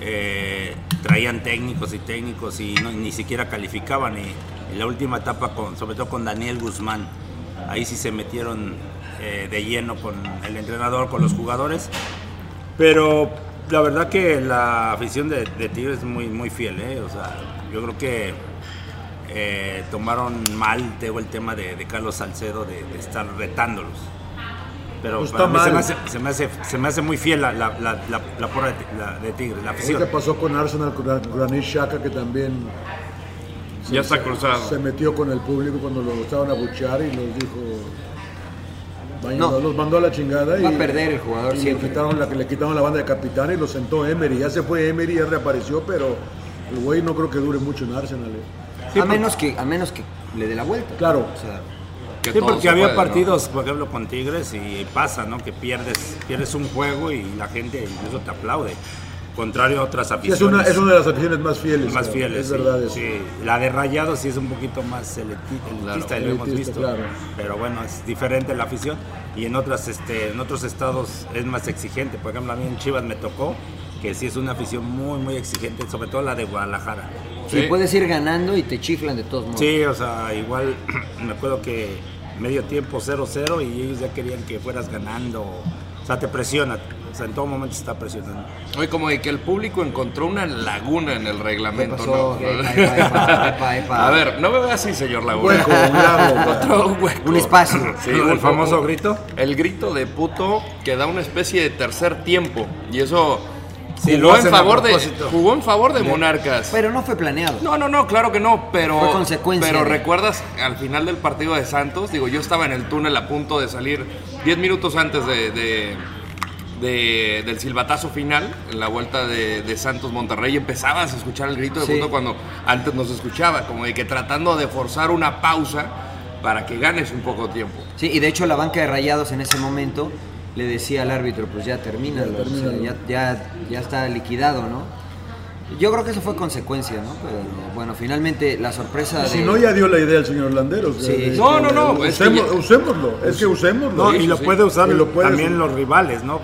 eh, traían técnicos y técnicos y no- ni siquiera calificaban. Y en la última etapa, con, sobre todo con Daniel Guzmán, ahí sí se metieron eh, de lleno con el entrenador, con los jugadores. Pero la verdad que la afición de, de Tigres es muy, muy fiel, ¿eh? O sea, yo creo que eh, tomaron mal digo, el tema de, de Carlos Salcedo de, de estar retándolos. Pero Pues para está mí se, mal. me hace, se, me hace, se me hace muy fiel la, la, la, la, la porra de, Ti- la- de Tigres, la ¿Qué afición. te pasó con Arsenal, con Gran- Granit Xhaka, que también Ya está cruzado. se metió con el público cuando lo estaban a buchar y los dijo... "Vayan", No. Los mandó a la chingada y... Va a perder el jugador y le siempre. quitaron, la, le quitaron la banda de capitán y lo sentó Emery. Ya se fue Emery, ya reapareció, pero el güey no creo que dure mucho en Arsenal. eh. a, menos que, a menos que le dé la vuelta. Claro. O sea, Sí, porque había partidos, por ejemplo, con Tigres y pasa, ¿no? Que pierdes, pierdes un juego y la gente incluso te aplaude. Contrario a otras Sí, aficiones. es, una, es una de las opciones más fieles. más claro, fieles. Es sí, verdad eso. sí. La de Rayados sí es un poquito más selecti- elitista, y lo hemos Elitista, visto. claro. Pero bueno, es diferente la afición. Y en, otras, este, en otros estados es más exigente. Por ejemplo, a mí en Chivas me tocó que sí es una afición muy, muy exigente, sobre todo la de Guadalajara. sí, puedes ir ganando y te chiflan de todos modos. Sí, o sea, igual me acuerdo que medio tiempo 0-0 y ellos ya querían que fueras ganando. O sea, te presiona. O sea, en todo momento está presionando. Oye, como de que el público encontró una laguna en el reglamento, ¿Qué pasó? ¿no? Epa, epa, epa, epa, epa. A ver, no me vea así, señor Laguna. Hueco, un lago, Encontró un hueco. Un espacio. Sí, ¿El un- famoso un- grito? El grito de puto que da una especie de tercer tiempo. Y eso Sí, lo jugó, en hacen a favor de, propósito. jugó en favor de De- Monarcas. Pero no fue planeado. No, no, no, claro que no, pero. Fue consecuencia Pero de- recuerdas al final del partido de Santos, digo, yo estaba en el túnel a punto de salir 10 minutos antes de, de- de- del silbatazo final, en la vuelta de, de Santos Monterrey, empezabas a escuchar el grito de Sí. fondo cuando antes no se escuchaba, como de que tratando de forzar una pausa para que ganes un poco de tiempo. Sí, y de hecho la banca de Rayados en ese momento le decía al árbitro, pues ya termina, Ya termínalo. ya, ya- ya está liquidado, ¿no? Yo creo que eso fue consecuencia, ¿no? Pero bueno, finalmente la sorpresa Y de... si no, ya dio la idea el señor Landeros. Sí. de- de- No, no, no, de- es que usemos- ya- Usémoslo, es que usémoslo. No, y lo Sí, puede sí. usar Y lo puede también usar. los rivales, ¿no?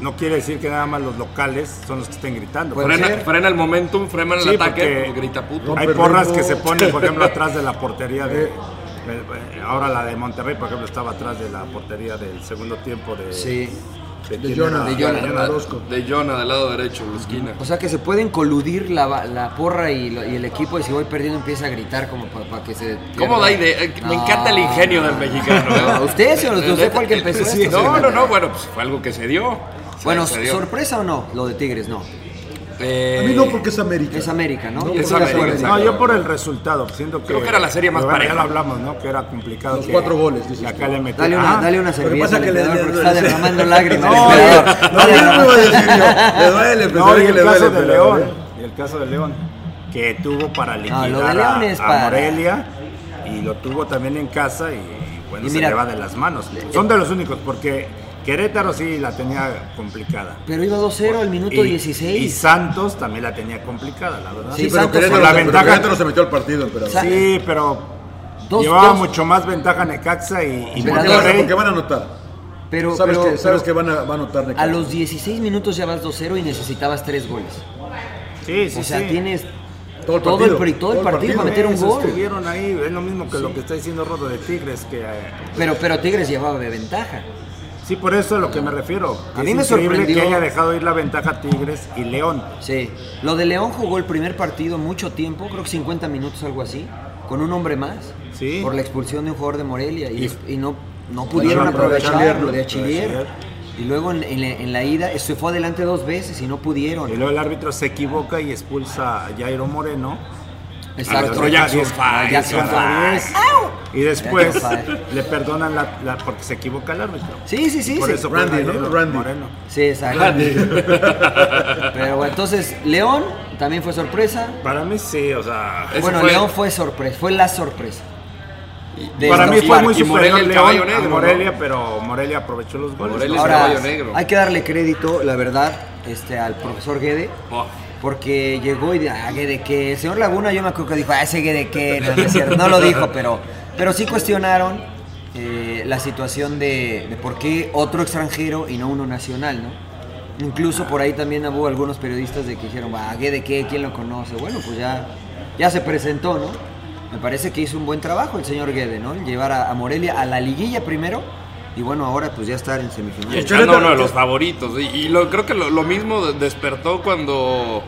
No quiere decir que nada más los locales son los que estén gritando. Frena, frena el momentum, frena el Sí, ataque, porque grita puto. Hay porras que se ponen, por ejemplo, atrás de la portería Eh. de. de- Ahora la de Monterrey, por ejemplo, estaba atrás de la portería del segundo tiempo de. Sí. De, De quién Jonah, era? de Jonah. De Jonah, del lado derecho, en la esquina. O sea que se pueden coludir la, ba- la porra y, lo- y el equipo y si voy perdiendo empieza a gritar como para que se... ¿Cómo pierda. da idea? Eh, Me No, encanta el ingenio no, del mexicano. ¿eh? no, ¿Usted se los usted fue el que empezó Sí, esto, No, señor. no, no, bueno, pues fue algo que se dio. Se- Bueno, se dio. ¿sorpresa o no? Lo de Tigres, no. A mí no, eh, porque es América. Es América, ¿no? No, Yo creo por que el- fue América. no, yo por el resultado. Siento que. Creo que era la serie más Bueno, pareja. Ya lo hablamos, ¿no? Que era complicado. Los que- cuatro goles, dices que acá tú. le metí- Dale una- Ah, dale una lo que servilleta pasa al que le- emperador porque le- está derramando lágrimas No, el emperador. no, Está yo no derramando- iba a decir yo. Le duele, pensé No, y que el le duele, caso de pero León. bueno. Y el caso de León. Que tuvo para lo de liquidar a- León es a, para- Morelia. Y lo tuvo también en casa. Y, y bueno, Y se mira- le va de las manos. Son de los únicos, porque Querétaro sí la tenía complicada. Pero iba 2-0 al minuto Y- 16. Y Santos también la tenía complicada, la verdad. Sí, Sí, pero Santos- Querétaro- Con la pero ventaja. Querétaro se metió al partido, pero. Sí, pero Dos- llevaba dos- mucho más ventaja Necaxa y, y Porque van a- porque van a anotar. Pero, sabes pero- que, sabes pero que van a, va a anotar a Necaxa. los 16 minutos ya vas 2-0 y necesitabas 3 goles. Sí, sí, O sea, Pues sí. tienes todo el, todo el, pri- todo el partido para meter un Eso gol. Estuvieron ahí, es lo mismo que lo que está diciendo Rodo de Tigres. que eh, Pero, pero Tigres llevaba de ventaja. Sí, por eso es lo que me refiero. A Es mí me increíble sorprendió- que haya dejado ir la ventaja a Tigres y León. Sí. Lo de León jugó el primer partido mucho tiempo, creo que 50 minutos, algo así, con un hombre más. Por la expulsión de un jugador de Morelia. Y, y no, no pudieron Bueno, pero de aprovechar Chilier, lo de ¿no? Achillier. Y luego en, en la, en la ida se fue adelante dos veces y no pudieron. Y luego el árbitro se equivoca y expulsa a Jairo Moreno. Exacto. Al otro ya Jackson. 10 fallas, Jackson otra Fire. vez. ¡Au! Y después Jackson Fire. le perdonan la, la- porque se equivoca el árbitro. Sí, sí, sí. Por sí. eso fue Jairo Moreno. Sí, exacto. Randy. Pero bueno, entonces, León también fue sorpresa. Para mí sí, o sea. Bueno, Ese fue- León fue sorpresa, fue la sorpresa. De Para estos mí fue muy partidos. superior León a Morelia, ¿no? pero Morelia aprovechó los goles. Ahora, hay que darle crédito, la verdad, este, al profesor Guede. Porque llegó y dijo, ah, Guede que. El señor Laguna, yo me acuerdo que dijo, ah, ese Guede que. No, no es cierto, no lo dijo, pero, pero sí cuestionaron eh, la situación de, de por qué otro extranjero y no uno nacional, ¿no? Incluso por ahí también hubo algunos periodistas de que dijeron, ah, Guede que, ¿quién lo conoce? Bueno, pues ya, ya se presentó, ¿no? Me parece que hizo un buen trabajo el señor Guede, ¿no? El Llevar a, a Morelia a la liguilla primero y bueno, ahora pues ya estar en Y semifinales. echando uno de Ah, los favoritos. Y, y lo, creo que lo, lo mismo de- despertó cuando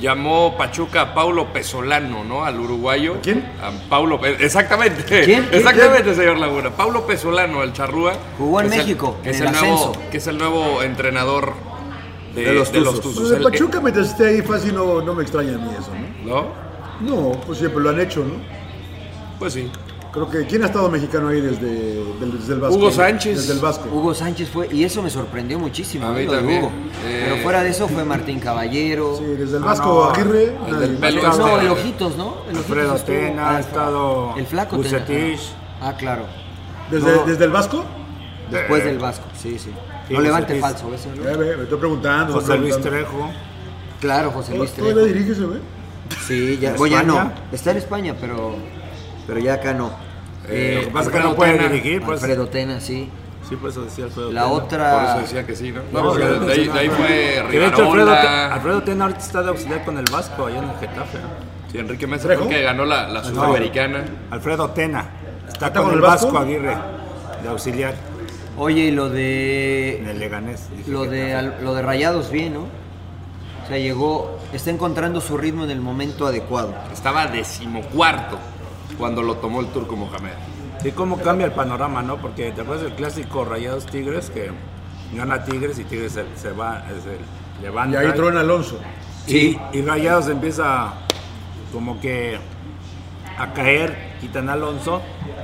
llamó Pachuca a Paulo Pesolano, ¿no? Al uruguayo. quién? A Paulo, Pe- exactamente. ¿Quién? ¿Quién? Exactamente, señor Laguna. Paulo Pesolano, el charrúa. Jugó en que es el- México, que en es el el, nuevo, ascenso. que es el nuevo entrenador de, De los Tuzos. Pues de El- Pachuca mientras esté ahí fácil no, no me extraña a mí eso, ¿No? ¿no? No, pues siempre lo han hecho, ¿no? Pues sí. Creo que ¿quién ha estado mexicano ahí desde, del- desde el Vasco? Desde el Vasco. Hugo Sánchez fue, y eso me sorprendió muchísimo. A ¿no? mí Lo de también. Hugo. Eh. Pero fuera de eso fue Martín Caballero. Sí, desde el Vasco Aguirre, El nadie. del pelo Vasco no, Aguirre. el Ojitos, ¿no? El Ojitos Alfredo estuvo- Tena, ah, ha estado El flaco Tena. Bucetich. Ah, claro. ¿Desde, No, desde el Vasco? Después Eh, del Vasco, sí, sí. Sí, no levante Bucetich. falso, ¿ves? Ya ve, me estoy preguntando. José Luis Trejo. Claro, José Luis Trejo. ¿Todavía dirige ese güey? Sí, ya, ¿En bueno, ya no. España? Está en España, pero, pero ya acá no. Eh, lo que pasa es que no puede dirigir, pues. Alfredo Tena, sí. Sí, por eso decía Alfredo La Tena. otra. Por eso decía que sí, ¿no? No, porque no, no, de ahí- no, de ahí no. fue Que de hecho, Alfredo, Rivarola. Te- Alfredo Tena ahorita está de auxiliar con el Vasco, allá en el Getafe. Sí, Enrique Mesa creo que ganó la, Ah, la Sudamericana. Alfredo Tena. Está, ¿Está con, con el el Vasco, Vasco? Aguirre, de auxiliar. Oye, y lo de. En el Leganés. dije Lo de, Getafe. al- lo de Rayados bien, ¿no? O sea, llegó, está encontrando su ritmo en el momento adecuado. Estaba decimocuarto cuando lo tomó el turco Mohamed. Sí, cómo cambia el panorama, ¿no? Porque te acuerdas del clásico Rayados Tigres que gana Tigres y Tigres se, se va, eh, se Y levanta. ahí truena Alonso. Sí. Y, y Rayados empieza como que a caer, quitan a Alonso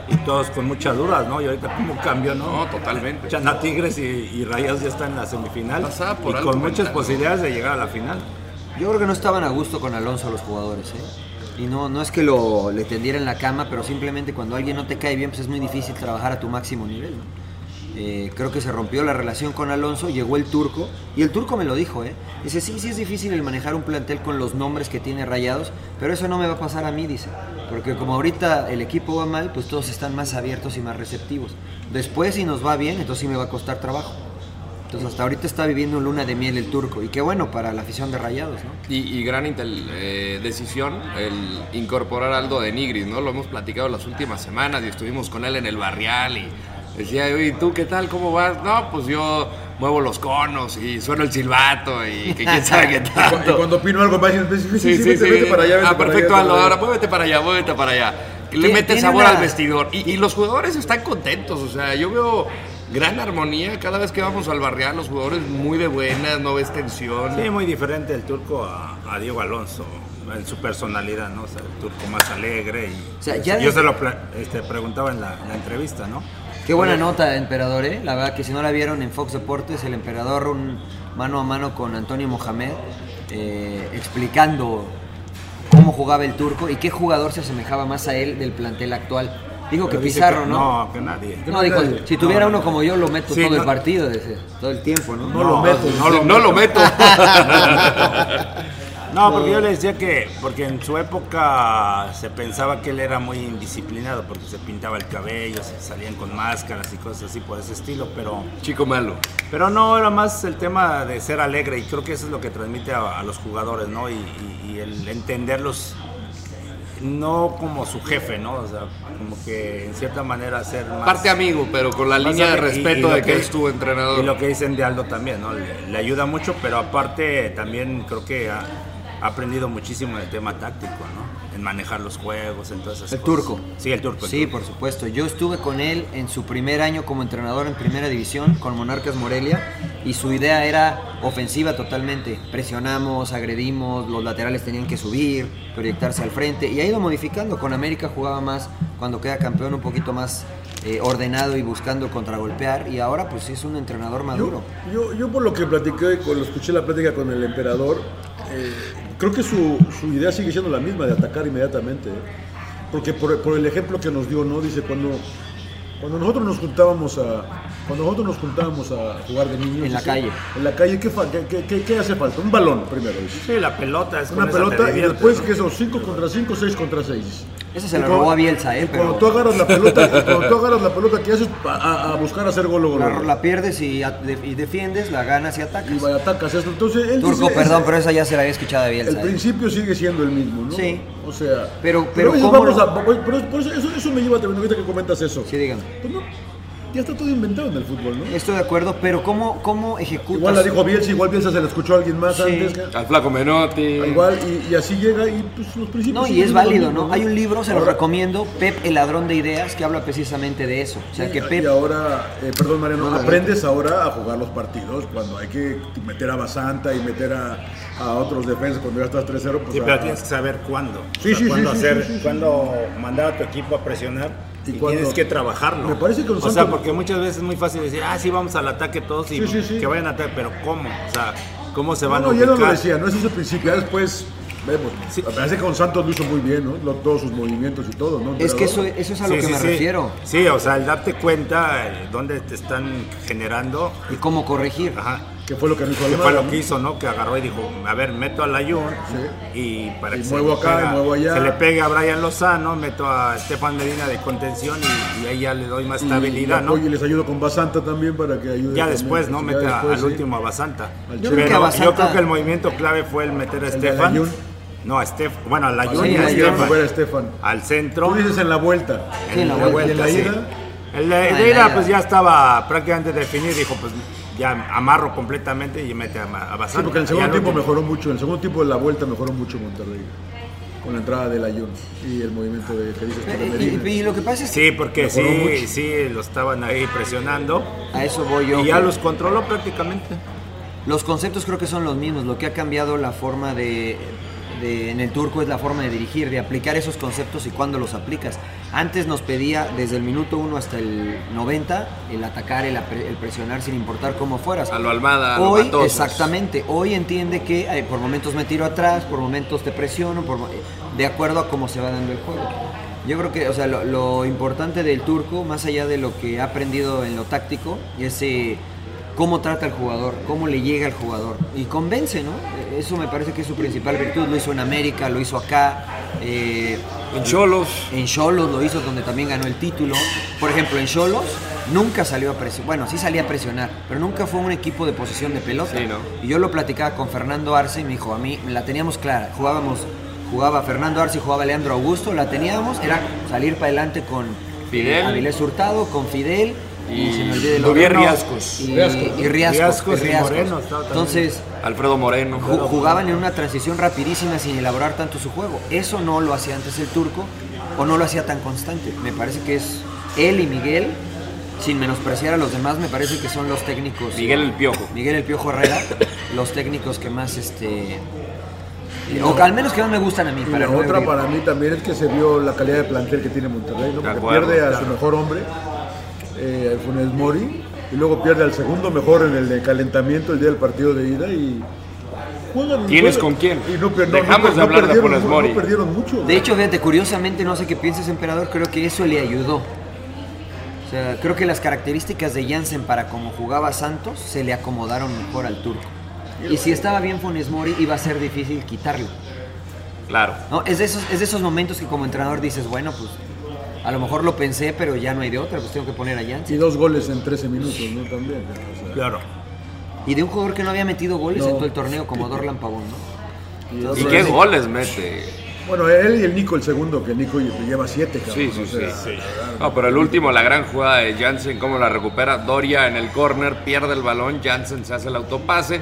y todos con muchas dudas, ¿no? Y ahorita cómo cambió, ¿no? No, totalmente. Echan a Tigres y, y Rayados ya está en la semifinal Pasaba por y alto con muchas mental. posibilidades de llegar a la final. Yo creo que no estaban a gusto con Alonso los jugadores, ¿eh? Y no, no es que lo, le tendieran la cama, pero simplemente cuando alguien no te cae bien, pues es muy difícil trabajar a tu máximo nivel, ¿no? Eh, creo que se rompió la relación con Alonso, llegó el turco, y el turco me lo dijo, ¿eh? Dice, sí, sí es difícil el manejar un plantel con los nombres que tiene rayados, pero eso no me va a pasar a mí, dice. Porque como ahorita el equipo va mal, pues todos están más abiertos y más receptivos. Después, si nos va bien, entonces sí me va a costar trabajo. Entonces hasta ahorita está viviendo luna de miel el turco, y qué bueno para la afición de rayados, ¿no? Y, y gran intel- eh, decisión el incorporar a Aldo de Nigris, ¿no? Lo hemos platicado las últimas semanas y estuvimos con él en el barrial y decía, oye, ¿tú qué tal? ¿Cómo vas? No, pues yo muevo los conos y sueno el silbato y que quién sabe qué Y cu- tal. y cuando opino algo, va a decir, sí, sí, sí, Sí, sí, vete, sí. vete para allá, vete ah, para perfecto, allá, Aldo. para allá. Ahora muévete para allá, muévete para allá. Que Le Tiene- mete tiene sabor una- al vestidor. Y, y los jugadores están contentos. O sea, yo veo gran armonía cada vez que vamos al barrial. Los jugadores muy de buenas, no ves tensión. Sí, muy diferente el turco a, a Diego Alonso, en su personalidad, ¿no? O sea, el turco más alegre. Y, O sea, ya yo desde- se lo pla- este, preguntaba en la, en la entrevista, ¿no? Qué buena Oye, nota, Emperador, ¿eh? La verdad que si no la vieron en Fox Deportes, el Emperador un mano a mano con Antonio Mohamed, eh, explicando cómo jugaba el turco y qué jugador se asemejaba más a él del plantel actual. Dijo que Pero dice Pizarro, que- ¿no? no, que nadie. No, dijo, Nadie. si tuviera No, uno no. como yo, lo meto Sí, todo no. el partido, dice, todo el tiempo, ¿no? No lo meto, No, lo, meto. No, porque yo le decía que, porque en su época se pensaba que él era muy indisciplinado, porque se pintaba el cabello, se salían con máscaras y cosas así por ese estilo, pero... Chico malo. Pero no, era más el tema de ser alegre y creo que eso es lo que transmite a, a los jugadores, ¿no? Y, y- y el entenderlos no como su jefe, ¿no? O sea, como que en cierta manera ser más... Parte amigo, pero con la más línea de ale- y- y respeto lo de que es tu entrenador. Y lo que dicen de Aldo también, ¿no? Le, le ayuda mucho, pero aparte también creo que ha, ha aprendido muchísimo en el tema táctico, ¿no? En manejar los juegos, en todas esas El cosas. turco. Pues, Sí, el turco. el sí, turco. por supuesto. Yo estuve con él en su primer año como entrenador en primera división con Monarcas Morelia y su idea era ofensiva totalmente. Presionamos, agredimos, los laterales tenían que subir, proyectarse al frente y ha ido modificando. Con América jugaba más cuando queda campeón un poquito más eh, ordenado y buscando contragolpear y ahora pues es un entrenador maduro. Yo, yo por lo que platiqué, cuando escuché la plática con el emperador, eh, creo que su, su idea sigue siendo la misma, de atacar inmediatamente. ¿eh? Porque por, por el ejemplo que nos dio, ¿no? Dice, cuando, cuando nosotros nos juntábamos a. Cuando nosotros nos juntábamos a jugar de niños. En la dice, calle. En la calle, ¿qué, fa- qué- qué- qué- qué hace falta? Un balón primero, dice. Sí, la pelota es Una con esa te pelota y diviertes, después ¿no? que son 5 contra 5, 6 contra 6. Ese se lo robó a Bielsa, ¿eh? Cuando Pero tú agarras la pelota, cuando tú agarras la pelota, ¿qué haces? Pa- A, a buscar hacer gol o gol. la, la pierdes y, a- de- y defiendes, la ganas y atacas. Y atacas esto. Entonces, él Turco, dice- perdón, pero esa ya se la había escuchado de El Bielsa. ¿eh? principio sigue siendo el mismo, ¿no? Sí. O sea, Pero, pero, pero, a veces ¿cómo vamos lo- a- voy- pero es- por eso, eso, eso me lleva también ahorita que comentas eso. Sí, dígame. Pues no, ya está todo inventado en el fútbol, ¿no? Estoy de acuerdo, pero ¿cómo, cómo ejecutas? Igual la dijo Bielsa, igual Bielsa se la escuchó a alguien más Sí. antes. Al flaco Menotti. Igual, y, y así llega y pues los principios. No, y siguen es siendo los válido, mismos, ¿no? Hay un libro, se lo Ahora- recomiendo, Pep, el ladrón de ideas, que habla precisamente de eso. O sea, que Y Pep... ahora, eh, perdón Mariano, No, no, aprendes ahora a jugar los partidos cuando hay que meter a Basanta y meter a, a otros defensas cuando ya estás 3-0. Pues Sí, a- pero tienes que saber cuándo. Sí, sí, sí, cuándo sí, hacer, sí, sí, sí. cuándo mandar a tu equipo a presionar Y y, cuándo- tienes que trabajarlo. Me parece que los O sea, Santos- porque muchas veces es muy fácil decir, ah, sí, vamos al ataque todos y Sí, sí, sí. que vayan a ataque, pero ¿cómo? O sea, ¿cómo se No, van no, a ya ubicar? no lo decía, no es ese principio, ya después vemos. Me parece que con Santos lo hizo muy bien, ¿no? Lo- todos sus movimientos y todo, ¿no? Pero- Sí, sí, sí. Sí, o sea, el darte cuenta eh, dónde te están generando. Y cómo corregir. Ajá. Que fue lo que hizo Que fue Almada, lo que hizo, ¿no? Que agarró y dijo, a ver, meto al Ayun y para Y que muevo le acá, y muevo allá. se le pegue a Brian Lozano, meto a Estefan Medina de contención y, y ahí ya le doy más y estabilidad, le ¿no? apoyo Y les ayudo con Basanta también para que ayude. Ya también. después, ¿no? Ya Mete a- después, al sí. último a Basanta. Al Yo Chelo. creo, que a yo Basanta- creo que el movimiento clave fue el meter a de Estefan. Layún. No, a Estef, bueno, a la Sí, y a Layún, Estefan. fuera Estefan. Al centro. Tú dices en la vuelta. En la vuelta, ¿Y en la sí. ida? El de, Ah, de en la ida, ida. pues ya estaba prácticamente definido. Dijo, pues ya amarro completamente y mete a, Ma- a Sí, Basanta. Ah, porque Y en el segundo al tiempo último- mejoró mucho. En el segundo tiempo de la vuelta mejoró mucho Monterrey. Con la entrada del Ayun y el movimiento de que Eh, dices tú de Medina. Sí, porque Mejoró mucho. sí, sí, lo estaban ahí presionando. A eso voy yo. Y ya los controló prácticamente. Los conceptos creo que son los mismos. Lo que ha cambiado la forma de, de- en el turco es la forma de dirigir, de aplicar esos conceptos y cuándo los aplicas. Antes nos pedía desde el minuto 1 hasta el 90 el atacar, el, apre- el presionar sin importar cómo fueras. A lo Almada, a lo pues. Hoy, Matosas. exactamente, hoy entiende que eh, por momentos me tiro atrás, por momentos te presiono, por mo- de acuerdo a cómo se va dando el juego. Yo creo que, o sea, lo, lo importante del turco, más allá de lo que ha aprendido en lo táctico, es eh, cómo trata al jugador, cómo le llega al jugador y convence, ¿no? Eh, Eso me parece que es su principal virtud. Lo hizo en América, lo hizo acá. eh, En Cholos. En Cholos lo hizo donde también ganó el título. Por ejemplo, en Cholos nunca salió a presionar. Bueno, sí salía a presionar, pero nunca fue un equipo de posición de pelota. Y yo lo platicaba con Fernando Arce y me dijo, a mí la teníamos clara. Jugábamos, jugaba Fernando Arce y jugaba Leandro Augusto, la teníamos, era salir para adelante con eh, Fidel. Avilés Hurtado, con Fidel Y se me olvida el Dubier otro. Riascos. Y, Riascos. y Riascos. Riascos y Riascos. Moreno estaba también. Entonces, Alfredo Moreno. Ju- jugaban en una transición rapidísima sin elaborar tanto su juego. Eso no lo hacía antes el turco o no lo hacía tan constante. Me parece que es él y Miguel, sin menospreciar a los demás, me parece que son los técnicos. Miguel el Piojo. Miguel el Piojo Herrera, los técnicos que más este. O que al menos que más me gustan a mí. Y para la no otra herir. para mí también es que se vio la calidad de plantel que tiene Monterrey, ¿no? Porque acuerdo, pierde a claro. su mejor hombre, eh, al Funes Mori, y luego pierde al segundo mejor en el de calentamiento el día del partido de ida y juegan. ¿Tienes juegan. con quién? Y no, pero no- Dejamos no- de no hablar de perdieron, Funes no- Mori. No perdieron mucho. De hecho, fíjate, curiosamente, no sé qué pienses, emperador, creo que eso le ayudó. O sea, creo que las características de Jansen para cómo jugaba Santos se le acomodaron mejor al turco. Y si estaba bien Funes Mori, iba a ser difícil quitarlo. Claro. ¿no? Es, de esos, es de esos momentos que como entrenador dices, bueno, pues a lo mejor lo pensé, pero ya no hay de otra, pues tengo que poner a Jansen. Y dos goles en 13 minutos, ¿no? También. o sea. Claro. Y de un jugador que no había metido goles No. en todo el torneo, como Dorlan Pavón, ¿no? ¿Y qué goles mete? Bueno, él y el Nico, el segundo, que Nico lleva siete, cabrón. Sí, sí, o sí. sea, No, pero el último, la gran jugada de Jansen, cómo la recupera Doria en el córner, pierde el balón, Jansen se hace el autopase.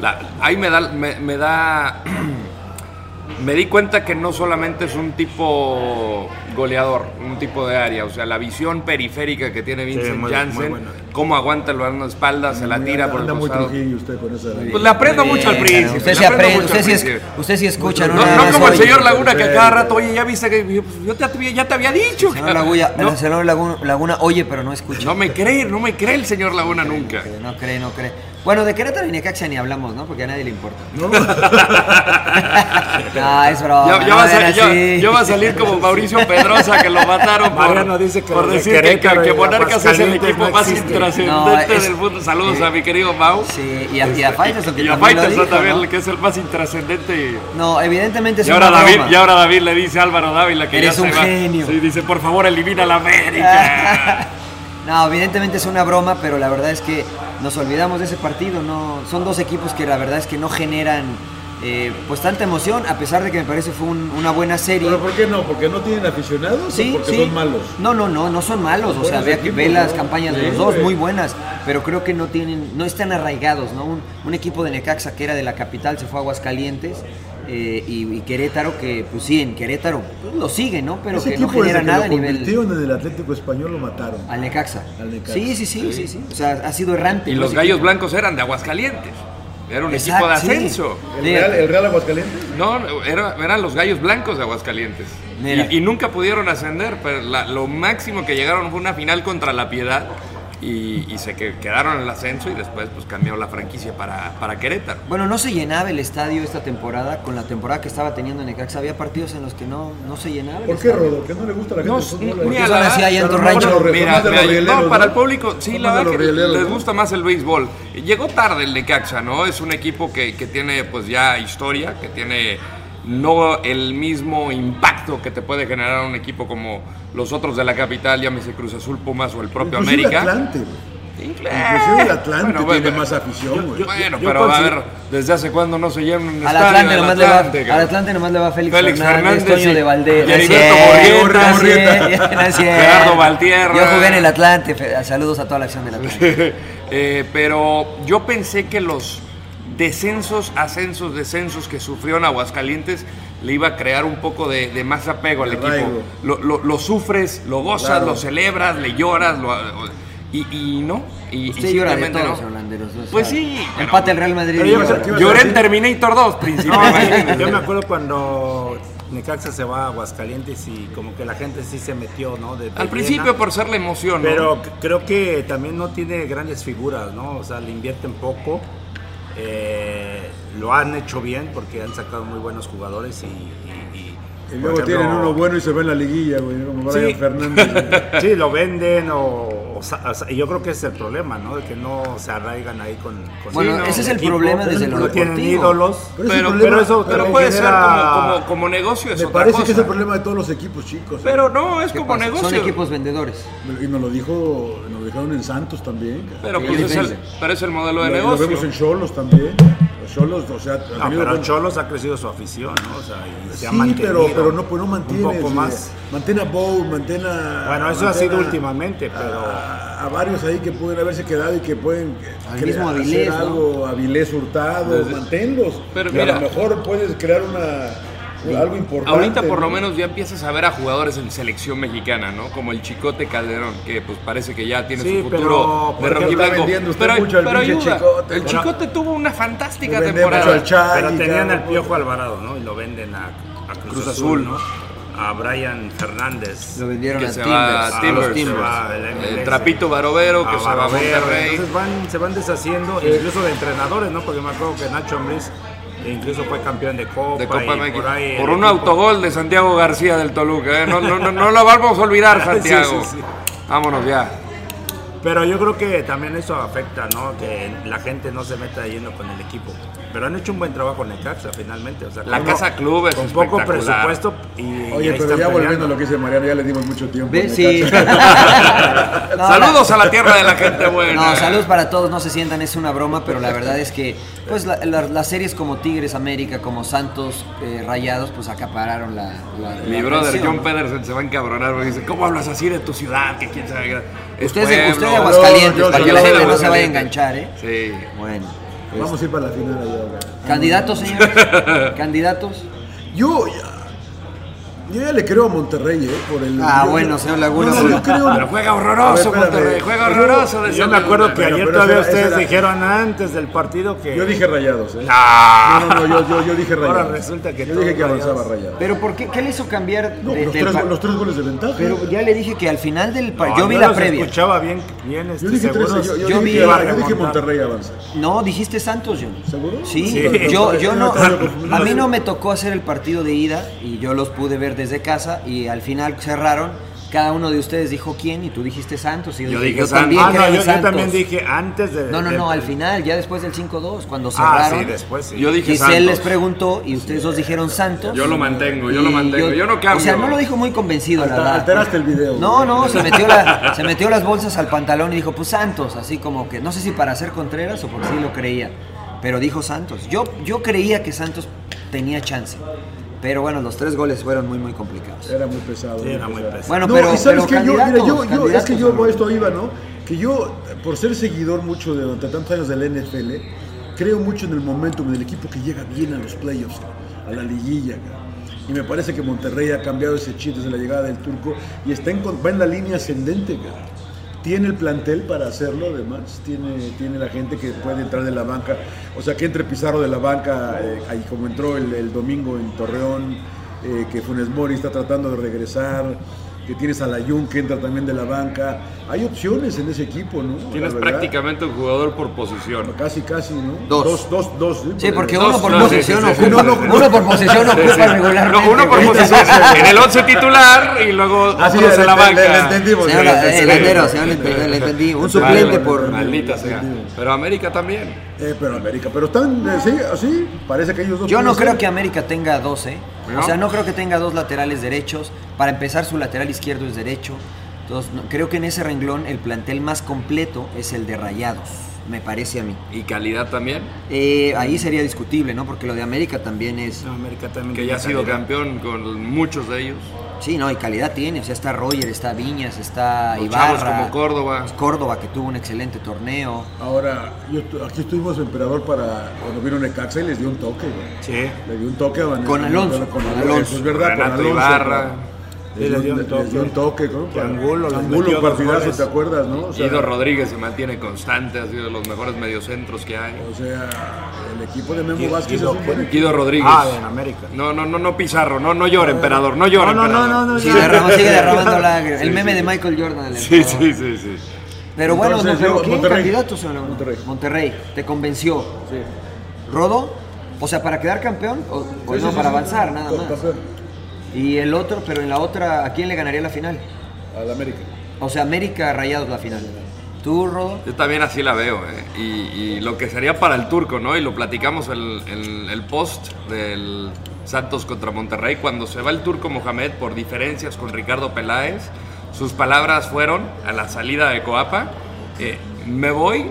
La- ahí me da, me, me da, me di cuenta que no solamente es un tipo goleador, un tipo de área, o sea, la visión periférica que tiene Vincent muy- muy Jansen, buena. cómo aguanta el balón a la espalda, se la muy- tira por el anda muy costado. Trujillo usted con esa. Pues le aprendo mucho al príncipe. Usted le sí aprendo aprende, mucho al usted sí, es- príncipe. usted sí escucha, ¿no? No, Nada no más como el oye. señor Laguna que a cada rato, oye, ya viste que yo, pues, yo te, había- ya te había dicho. Señor cabrón". Laguna, No, el señor Laguna, Laguna oye, pero no escucha. no me cree, no me cree el señor Laguna nunca. No cree, no cree. Bueno, de Querétaro y Necaxa ni hablamos, ¿no? Porque a nadie le importa. No, es broma. Ah, Ya, ya no va a vean sal- ya- así. ya va a salir como Mauricio Pedrosa que lo mataron por, Mariano dice que por los de decir que, Querétaro que y Monarcas es el Aguascalientes equipo no más existen. No, intrascendente es- del mundo. Saludos a mi querido Mau. Sí, y a- y a Faitelson, que Y a también lo Faitelson dijo, también, ¿no? que es el más intrascendente. No, evidentemente es Y ahora, una David, broma. y ahora David le dice a Álvaro Dávila que Eres ya un se va. genio. Sí, dice, por favor, elimina a la América. No, evidentemente es una broma, pero la verdad es que nos olvidamos de ese partido. No, son dos equipos que la verdad es que no generan eh, pues tanta emoción, a pesar de que me parece fue un- una buena serie. ¿Pero por qué no? ¿Porque no tienen aficionados Sí, o porque sí. son malos? No, no, no, no son malos. O sea, Buenos ve, equipos, ve las ¿no? campañas de Sí, los dos, güey. muy buenas, pero creo que no tienen, no están arraigados, ¿no? Un, un equipo de Necaxa que era de la capital se fue a Aguascalientes eh, y, y Querétaro que, pues sí, en Querétaro pues, lo sigue, ¿no? Pero Ese que no equipo desde genera que nada a lo nivel. convirtieron en el Atlético Español lo mataron. Al Necaxa. Al Necaxa. Sí, sí, sí, sí, sí. O sea, ha sido errante. Y ¿no? los Sí. gallos blancos eran de Aguascalientes. Era un Exacto, equipo de sí. ascenso. ¿El Real, el Real Aguascalientes? No, no, era- eran los gallos blancos de Aguascalientes. Mira. Y, y nunca pudieron ascender, pero la- lo máximo que llegaron fue una final contra La Piedad y, y se que- quedaron en el ascenso y después pues cambió la franquicia para, para Querétaro. Bueno, no se llenaba el estadio esta temporada con la temporada que estaba teniendo Necaxa. Había partidos en los que no, no se llenaba. el ¿Por qué, estadio. Rodo? ¿Que no le gusta la gente? No, el fútbol? ni Porque a son la- así, ahí en tu Pero rancho. no, Los- mira, más de los mira, rieleros, no, para ¿no? el público, sí, Son la más verdad de los que rieleros, les ¿no? gusta más el béisbol. Llegó tarde el Necaxa, ¿no? Es un equipo que, que tiene pues ya historia, que tiene no el mismo impacto que te puede generar un equipo como los otros de la capital, llámese Cruz Azul, Pumas o el propio Inclusive América. Atlante. Eh, Inclusive el Atlante bueno, tiene bueno, más afición, güey. Bueno, Yo pero va a considero- ver, ¿desde hace cuándo no se llena un Al estadio? Atlante, del nomás le va, Atlante, al cabrón? Atlante nomás le va Félix, Félix Fernández, Fernández, Toño sí. de Valdés. Y Heriberto Murrieta, Murrieta. Gerardo Valtierra. Yo jugué en el Atlante. Fe- Saludos a toda la acción del Atlante. Eh, pero yo pensé que los descensos, ascensos, descensos que sufrió en Aguascalientes le iba a crear un poco de, de más apego al De equipo. arraigo. Lo, lo- lo sufres, lo gozas, Claro. lo celebras, le lloras, lo- y, y no. Y, y Usted llora de simplemente todos, no. holanderos, o sea, Pues sí. Empata el Real Madrid. Pero y yo me- llora. yo me- Lloré en Terminator 2, No, principalmente. yo- yo me acuerdo cuando Necaxa se va a Aguascalientes y como que la gente sí se metió, ¿no? De- de Al principio llena. por ser la emoción, ¿no? Pero c- creo que también no tiene grandes figuras, ¿no? O sea, le invierten poco. eh, lo han hecho bien porque han sacado muy buenos jugadores y. y- y- Y por luego ejemplo, tienen uno bueno y se ve en la liguilla, güey, como Brian Sí. Fernández. güey. Sí, lo venden o, o sa- o sa- yo creo que ese es el problema, ¿no? De que no se arraigan ahí con... con- Bueno, Sí, ¿no? ese es el equipo, problema desde lo No tienen deportivo. ídolos. Pero ese Pero- problema- pero eso Pero también puede ser genera- como, como- como negocio, es Me otra parece que cosa. es el problema de todos los equipos chicos. güey. Pero no, es ¿Qué como pasa? negocio. Son equipos vendedores. Y nos lo dijo, nos lo dijeron en Santos también. cara. Pero, pues, es el, pero es el modelo de Lo- Lo negocio. vemos en Cholos también. Los Cholos, o sea, han No, tenido Ah, pero buen- Cholos ha crecido su afición, ¿no? O sea, y se ha Ah, Sí, mantenido pero, pero no, pues no mantiene. Un poco más. Mantén a Bow, mantén a. Bueno, eso mantén ha sido a- últimamente, pero... A, a varios ahí que pueden haberse quedado y que pueden Al cre- mismo hacer Avilés, ¿no? algo. Avilés Hurtado, Desde- manténlos. Pero Y a mira- lo mejor puedes crear una, algo importante. Ahorita por lo ¿no? menos ya empiezas a ver a jugadores en selección mexicana, ¿no? Como el Chicote Calderón, que pues parece que ya tiene Sí, su pero, ¿por futuro qué de está rojiblanco. vendiendo usted Pero, mucho al pero pinche ayuda. Chicote? el Pero- Chicote tuvo una fantástica Le vendemos temporada. al Chagui, Pero tenían cabrón. al Piojo Alvarado, ¿no? Y lo venden a, a Cruz, Cruz Azul. Azul, ¿no? A Brian Fernández. Lo vendieron Que a se Timbers. va a los Timbers. Timbers. Se Ah, el va MLS. el Trapito Barovero, que a se va a Barovero. Monterrey. Entonces van, se van deshaciendo, incluso de entrenadores, ¿no? Porque me acuerdo que Nacho Ambriz e incluso fue campeón de Copa. de Copa y México. Por, ahí Por el un equipo- autogol de Santiago García del Toluca. ¿eh? No, no, no, no lo vamos a olvidar, Sí, Santiago. sí, sí. Vámonos ya. Pero yo creo que también eso afecta, ¿no? Que la gente no se meta yendo con el equipo. Pero han hecho un buen trabajo en Necaxa, finalmente. O sea, La con- Casa Club es Con poco espectacular. presupuesto y. y Oye, ahí pero están ya volviendo a peleando. lo que dice Mariano, ya le dimos mucho tiempo. Ve, me sí. cansa. No, No, saludos para todos, no se sientan, es una broma, pero la verdad es que pues la- la- las series como Tigres América, como Santos eh, Rayados, pues acapararon la. la- Mi la brother atención, John ¿no? Pedersen se va a encabronar porque dice, ¿cómo hablas así de tu ciudad? Que quién sabe. Es Usted es de- pueblo". usted es de Aguascalientes, para que yo la soy de gente no se vaya a Aguascalientes. enganchar, ¿eh? Sí. Bueno. Vamos a ir para la final allá, güey. Candidatos, señores. Candidatos. Yo ya, yo ya le creo a Monterrey, ¿eh? Por el, Ah, yo- bueno, señor Laguna. No, no, yo creo- Pero juega horroroso, A ver, espérame. Monterrey, juega horroroso. decía Yo me acuerdo que Pero- ayer pero todavía esa- esa ustedes era- dijeron antes del partido que. Yo dije rayados, ¿eh? No, no, no, yo, yo, yo dije Ahora rayados. resulta que Yo todo dije que Rayados. avanzaba rayados. Pero ¿por qué, qué le hizo cambiar No, de- los, del tres, par- los tres goles de ventaja. Pero ya le dije que al final del par- No, yo vi yo la los previa. escuchaba bien, bien este, yo dije, tres, seguros. yo, yo Yo dije, vi- que- iba a yo dije remontar. Monterrey avanza. No, dijiste Santos, John. ¿Seguro? Sí, Sí. yo, yo no. Yo no- A mí no me tocó hacer el partido de ida y yo los pude ver desde casa y al final cerraron. Cada uno de ustedes dijo quién y tú dijiste Santos. Y yo, Yo dije, dije yo Santos. también Ah, no, creo en yo- yo Santos. también dije antes de- No, no, de- no, al final, ya después del 5-2, cuando Ah, cerraron. sí, después sí. Yo dije Giselle Santos. les preguntó y ustedes dos dijeron Santos. Yo lo mantengo, yo lo Y mantengo, yo no O cambio. sea, no lo dijo muy convencido, la verdad. Alteraste el video. No, no, se metió, la- se metió las bolsas al pantalón y dijo, pues Santos, así como que, no sé si para hacer Contreras o por si lo creía, pero dijo Santos. Yo, yo creía que Santos tenía chance, pero bueno, los tres goles fueron muy, muy complicados. Era muy pesado. Sí, era muy pesado. Bueno, no, pero, y sabes pero que yo, mira, candidatos, yo, yo- es que candidatos, yo ¿no? a esto iba, ¿no? Que yo, por ser seguidor mucho de- durante tantos años del NFL, creo mucho en el momentum del equipo que llega bien a los playoffs, a la liguilla. cabrón. Y me parece que Monterrey ha cambiado ese chip desde la llegada del turco y está en, con- va en la línea ascendente. cabrón. Tiene el plantel para hacerlo, además. Tiene, tiene la gente que puede entrar de la banca. O sea, que entre Pizarro de la banca, eh, ahí como entró el, el domingo en Torreón, eh, que Funes Mori está tratando de regresar, que tienes a Layun que entra también de la banca. Hay opciones en ese equipo, ¿no? La Tienes verdad. prácticamente un jugador por posición. Casi, casi, ¿no? Dos. Dos, dos, dos. Sí, porque Dos, uno por no, posesión sí, sí, sí, ocupa, sí, sí, sí. uno por posesión Sí, ocupa sí. regularmente. No, uno por güey. posición. en el 11 titular y luego Así uno es, se la Ah, le- le- banca. le entendimos, Sí, Señora, sí, eh, sí. Landero, señor, le entendí, le entendí. Un Vale, suplente vale, por... Maldita sea. Pero América también. Eh, pero América, pero están, eh, sí, así, parece que ellos dos. Yo no pueden creo ser. que América tenga 12. O ¿No? sea, no creo que tenga dos laterales derechos. Para empezar, su lateral izquierdo es derecho. Entonces, no- creo que en ese renglón el plantel más completo es el de Rayados, me parece a mí. Y calidad también. Eh, ahí sería discutible, ¿no? Porque lo de América también es... No, América también Que tiene ya ha sido calidad. campeón con muchos de ellos. Sí, no, y calidad tiene. O sea, está Roger, está Viñas, está Los Ibarra. chavos como Córdoba. Córdoba, que tuvo un excelente torneo. Ahora, yo estu- aquí estuvimos emperador para cuando vino Necaxa y les dio un toque, güey. Sí. Le dio un toque a Van- Con Alonso, con Con Alonso. Alonso. Eso es verdad, Renato con Alonso. Ibarra. cabrón. Sí, Les le dio un toque. Les dio un toque, ¿no? Que Angulo les Angulo, metió dos partidazo, goles. ¿te acuerdas, no? O sea, Ido Rodríguez se mantiene constante, ha sido de los mejores mediocentros que hay. o sea, el equipo de Memo Guido- Vázquez Guido- es un buen equipo. Guido Rodríguez. Ah, en América. No, no, no, no Pizarro, no, no llore, emperador, no llore, No, no, no, emperador. no, no. Sí, ya. derramó- sigue derramando lágrimas. El Sí, meme sí. de Michael Jordan. del Sí, emperador. sí, sí, sí. Pero bueno, no, Entonces, pero yo- ¿qué Monterrey. candidatos son? Monterrey. Monterrey, te convenció. Rodo, o sea, para quedar campeón o, o Sí, no, sí, sí, para sí. avanzar, nada Con- más. campeón. Y el otro, pero en la otra, ¿a quién le ganaría la final? Al América. O sea, América Rayados la final. ¿Tú, Rodo? Yo también así la veo, ¿eh? y, y lo que sería para el turco, ¿no? Y lo platicamos el, el, el post del Santos contra Monterrey, cuando se va el turco Mohamed por diferencias con Ricardo Peláez, sus palabras fueron a la salida de Coapa, eh, me voy,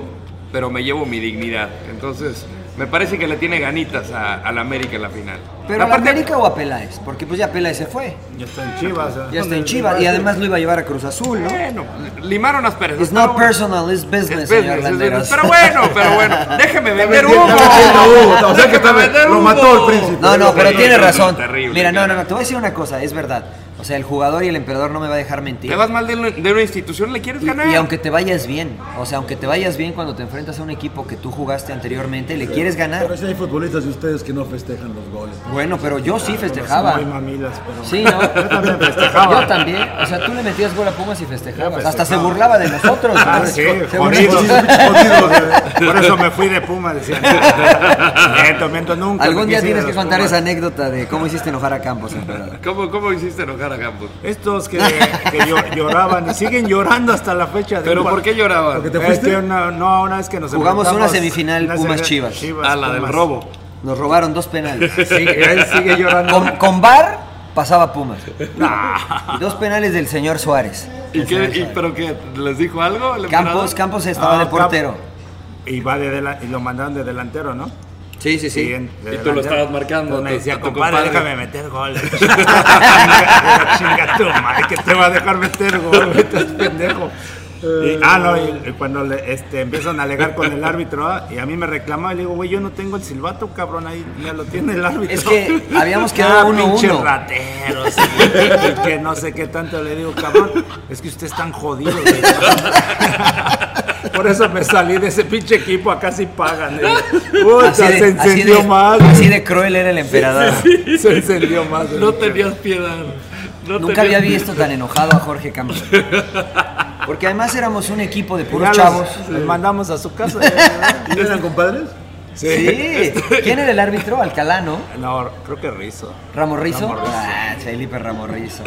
pero me llevo mi dignidad. Entonces, me parece que le tiene ganitas a, a la América en la final. ¿Pero a la América o a Peláez? Porque pues ya Peláez se fue. Ya está en Chivas. ¿eh? Ya está en Chivas Ah, y además lo iba a llevar a Cruz Azul, ¿no? Bueno, limaron las perezas. It's Eh, pero not bueno. personal, it's business, Es señor business, es Landeros. business. Pero bueno, pero bueno, déjeme vender vendiendo, humo. está vendiendo humo, o sea que Déjeme está- vender lo humo. mató el príncipe. No, no, pero Terrible, tiene razón. terrible, Mira, no, no, terrible. no, te voy a decir una cosa, es verdad. O sea, el jugador y el emperador no me va a dejar mentir. Te vas mal de, una- de una institución, le quieres Y- ganar. Y, aunque te vayas bien, o sea, aunque te vayas bien cuando te enfrentas a un equipo que tú jugaste anteriormente, le quieres ganar. Pero si hay futbolistas de ustedes que no festejan los goles. Bueno, pero yo sí festejaba. Muy mamilas, pero- Sí, ¿no? Yo también festejaba. Yo también. O sea, tú le metías gol a Pumas y festejabas. Yo Hasta se festejaba. burlaba de nosotros. Ah, ¿no? sí, Se jodidos, burlaba. jodidos, eh. Por eso me fui de Pumas, decían. Miento, miento, nunca Algún me día quise ir tienes a que los contar Pumas. esa anécdota de cómo hiciste enojar a Campos, emperador. ¿Cómo, ¿Cómo hiciste enojar a Campos? Estos que, que llo- lloraban y siguen llorando hasta la fecha. de ¿Pero un- por qué lloraban? Porque te Es fuiste. que una, no, una vez que nos Jugamos una enfrentamos- semifinal una Pumas semi- Chivas. Ah, la del Pumas. robo. Nos robaron dos penales. Sigue- él sigue llorando. Con, con bar pasaba Pumas. Y dos penales del señor Suárez. ¿Y qué, y- ¿Pero qué? ¿Les dijo algo? el Campos, emperador? Campos estaba de Ah, portero. Y, va de dela- y lo mandaron de delantero, ¿no? Sí, sí, sí. en- de Y tú delantero. lo estabas marcando. Entonces me tu- decía, tu compadre, compadre". déjame meter gol. Chinga chinga tu madre, que te va a dejar meter gol, estás pendejo. Y- ah, no, y- y cuando le- este, empiezan a alegar con el árbitro, ah, y a mí me reclamaba, y le digo, güey, yo no tengo el silbato, cabrón, ahí ya lo tiene el árbitro. Es que habíamos quedado Ah, uno, pinche uno. rateros, y- y que no sé qué tanto le digo, cabrón, es que ustedes están jodidos. güey. Por eso me salí de ese pinche equipo, acá sí pagan. eh. Puta, Así de- se así encendió de- más. Así de cruel era el emperador. Se encendió más. No tenías piedad. No Nunca había tenías- visto tan enojado a Jorge Campos. Porque además éramos un equipo de puros Ya los- chavos. los mandamos a su casa. ¿Y eran compadres? Sí. ¿Quién era el árbitro? Alcalá, ¿no? No, creo que Rizo. ¿Ramos Rizo? Ramos Rizo. Ah, Felipe Ramos Rizo.